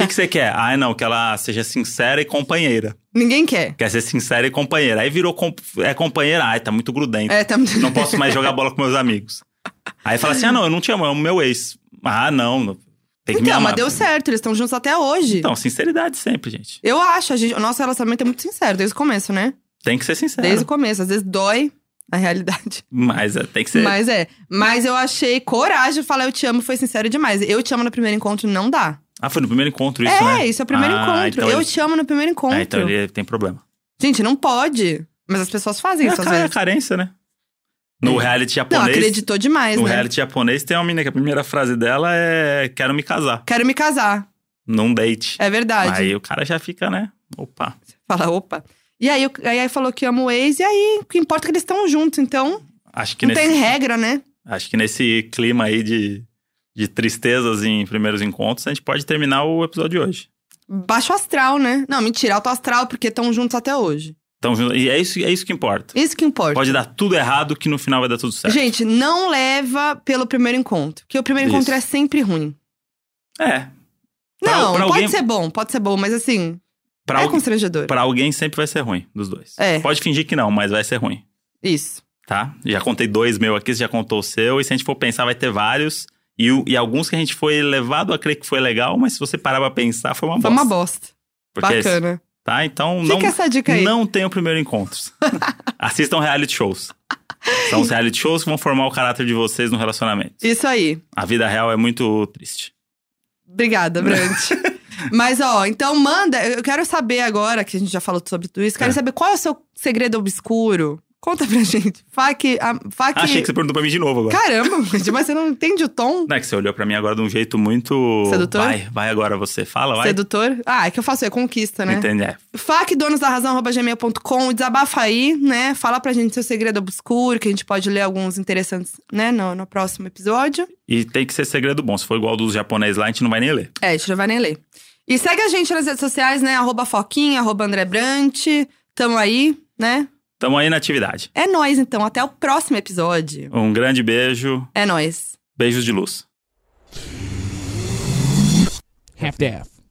Speaker 1: que, que você quer? Ah, não, que ela seja sincera e companheira.
Speaker 2: Ninguém quer.
Speaker 1: Quer ser sincera e companheira. Aí virou com- é companheira. Ai, tá muito grudento.
Speaker 2: É, tá...
Speaker 1: Não posso mais jogar bola com meus amigos. Aí fala assim: ah, não, eu não te amo, eu amo meu ex. Ah, não, não- tem que me
Speaker 2: <laughs> Então,
Speaker 1: amar.
Speaker 2: mas deu certo, eles estão juntos até hoje.
Speaker 1: Então, sinceridade sempre, gente.
Speaker 2: Eu acho, a gente, o nosso relacionamento é muito sincero desde o começo, né?
Speaker 1: Tem que ser sincero.
Speaker 2: Desde o começo. Às vezes dói na realidade.
Speaker 1: Mas é, tem que ser.
Speaker 2: Mas é. Mas eu achei coragem de falar eu te amo, foi sincero demais. Eu te amo no primeiro encontro, não dá.
Speaker 1: Ah, foi no primeiro encontro isso,
Speaker 2: é,
Speaker 1: né?
Speaker 2: isso é o primeiro
Speaker 1: Ah,
Speaker 2: encontro.
Speaker 1: então
Speaker 2: eu
Speaker 1: ele-
Speaker 2: te amo no primeiro encontro.
Speaker 1: Ah, então ele tem problema.
Speaker 2: Gente, não pode. Mas as pessoas fazem
Speaker 1: É a
Speaker 2: isso às
Speaker 1: cara- é a
Speaker 2: vezes.
Speaker 1: carência, né? No reality
Speaker 2: Não,
Speaker 1: japonês.
Speaker 2: acreditou demais,
Speaker 1: no
Speaker 2: né?
Speaker 1: reality japonês tem uma menina que a primeira frase dela é quero me casar.
Speaker 2: Quero me casar.
Speaker 1: Num date.
Speaker 2: É verdade.
Speaker 1: Aí o cara já fica, né? Opa.
Speaker 2: Fala, opa. E aí, o- aí, aí falou que ama o ex, e aí o que importa é que eles estão juntos, então
Speaker 1: Acho que
Speaker 2: Não
Speaker 1: nesse,
Speaker 2: tem regra, né?
Speaker 1: acho que nesse clima aí de, de tristezas em primeiros encontros, a gente pode terminar o episódio de hoje.
Speaker 2: Baixo astral, né? Não, mentira, alto astral, porque estão juntos até hoje.
Speaker 1: Então, e é isso, é isso que importa.
Speaker 2: Isso que importa.
Speaker 1: Pode dar tudo errado que no final vai dar tudo certo.
Speaker 2: Gente, não leva pelo primeiro encontro. Porque o primeiro
Speaker 1: Isso.
Speaker 2: encontro é sempre ruim.
Speaker 1: É. Pra-
Speaker 2: Não,
Speaker 1: pra
Speaker 2: pode
Speaker 1: alguém-
Speaker 2: ser bom, pode ser bom, mas assim,
Speaker 1: Pra,
Speaker 2: é
Speaker 1: al-
Speaker 2: constrangedor.
Speaker 1: pra alguém sempre vai ser ruim, dos dois.
Speaker 2: É.
Speaker 1: Pode fingir que não, mas vai ser ruim,
Speaker 2: Isso.
Speaker 1: tá? Já contei dois meu aqui, você já contou o seu. E se a gente for pensar, vai ter vários. E, o- e alguns que a gente foi levado a crer que foi legal, mas se você parar pra pensar, foi uma
Speaker 2: Foi
Speaker 1: bosta.
Speaker 2: uma bosta.
Speaker 1: Porque-
Speaker 2: Bacana.
Speaker 1: Tá? Então,
Speaker 2: Fica
Speaker 1: não,
Speaker 2: essa dica aí.
Speaker 1: não tenham
Speaker 2: <laughs>
Speaker 1: primeiro encontros. Assistam reality shows. São os reality shows que vão formar o caráter de vocês no relacionamento.
Speaker 2: Isso aí.
Speaker 1: A vida real é muito triste.
Speaker 2: Obrigada,
Speaker 1: <laughs>
Speaker 2: Brant. Mas, ó, então manda. Eu quero saber agora, que a gente já falou sobre tudo isso, quero
Speaker 1: É.
Speaker 2: saber qual é o seu segredo obscuro. Conta pra gente. Fala que. a- fala que-
Speaker 1: Achei que você perguntou pra mim de novo agora.
Speaker 2: Caramba, <laughs> Brant, mas você não entende o tom
Speaker 1: Não é que você olhou pra mim agora de um jeito muito.
Speaker 2: Sedutor?
Speaker 1: Vai, vai agora você. Fala, vai.
Speaker 2: sedutor? Ah, é que eu faço, é conquista, né?
Speaker 1: Entende? É.
Speaker 2: facdonosdarrazão.gmail.com, desabafa aí, né? Fala pra gente seu segredo obscuro, que a gente pode ler alguns interessantes, né, no, no próximo episódio.
Speaker 1: E tem que ser segredo bom. Se for igual dos japoneses lá, a gente não vai nem ler.
Speaker 2: É, a gente não vai nem ler. E segue a gente nas redes sociais, né? Arroba Foquinha, arroba André Brant. Tamo aí, né?
Speaker 1: Tamo aí na atividade.
Speaker 2: É nóis, então. Até o próximo episódio.
Speaker 1: Um grande beijo.
Speaker 2: É nóis.
Speaker 1: Beijos de luz.
Speaker 3: Half-daff.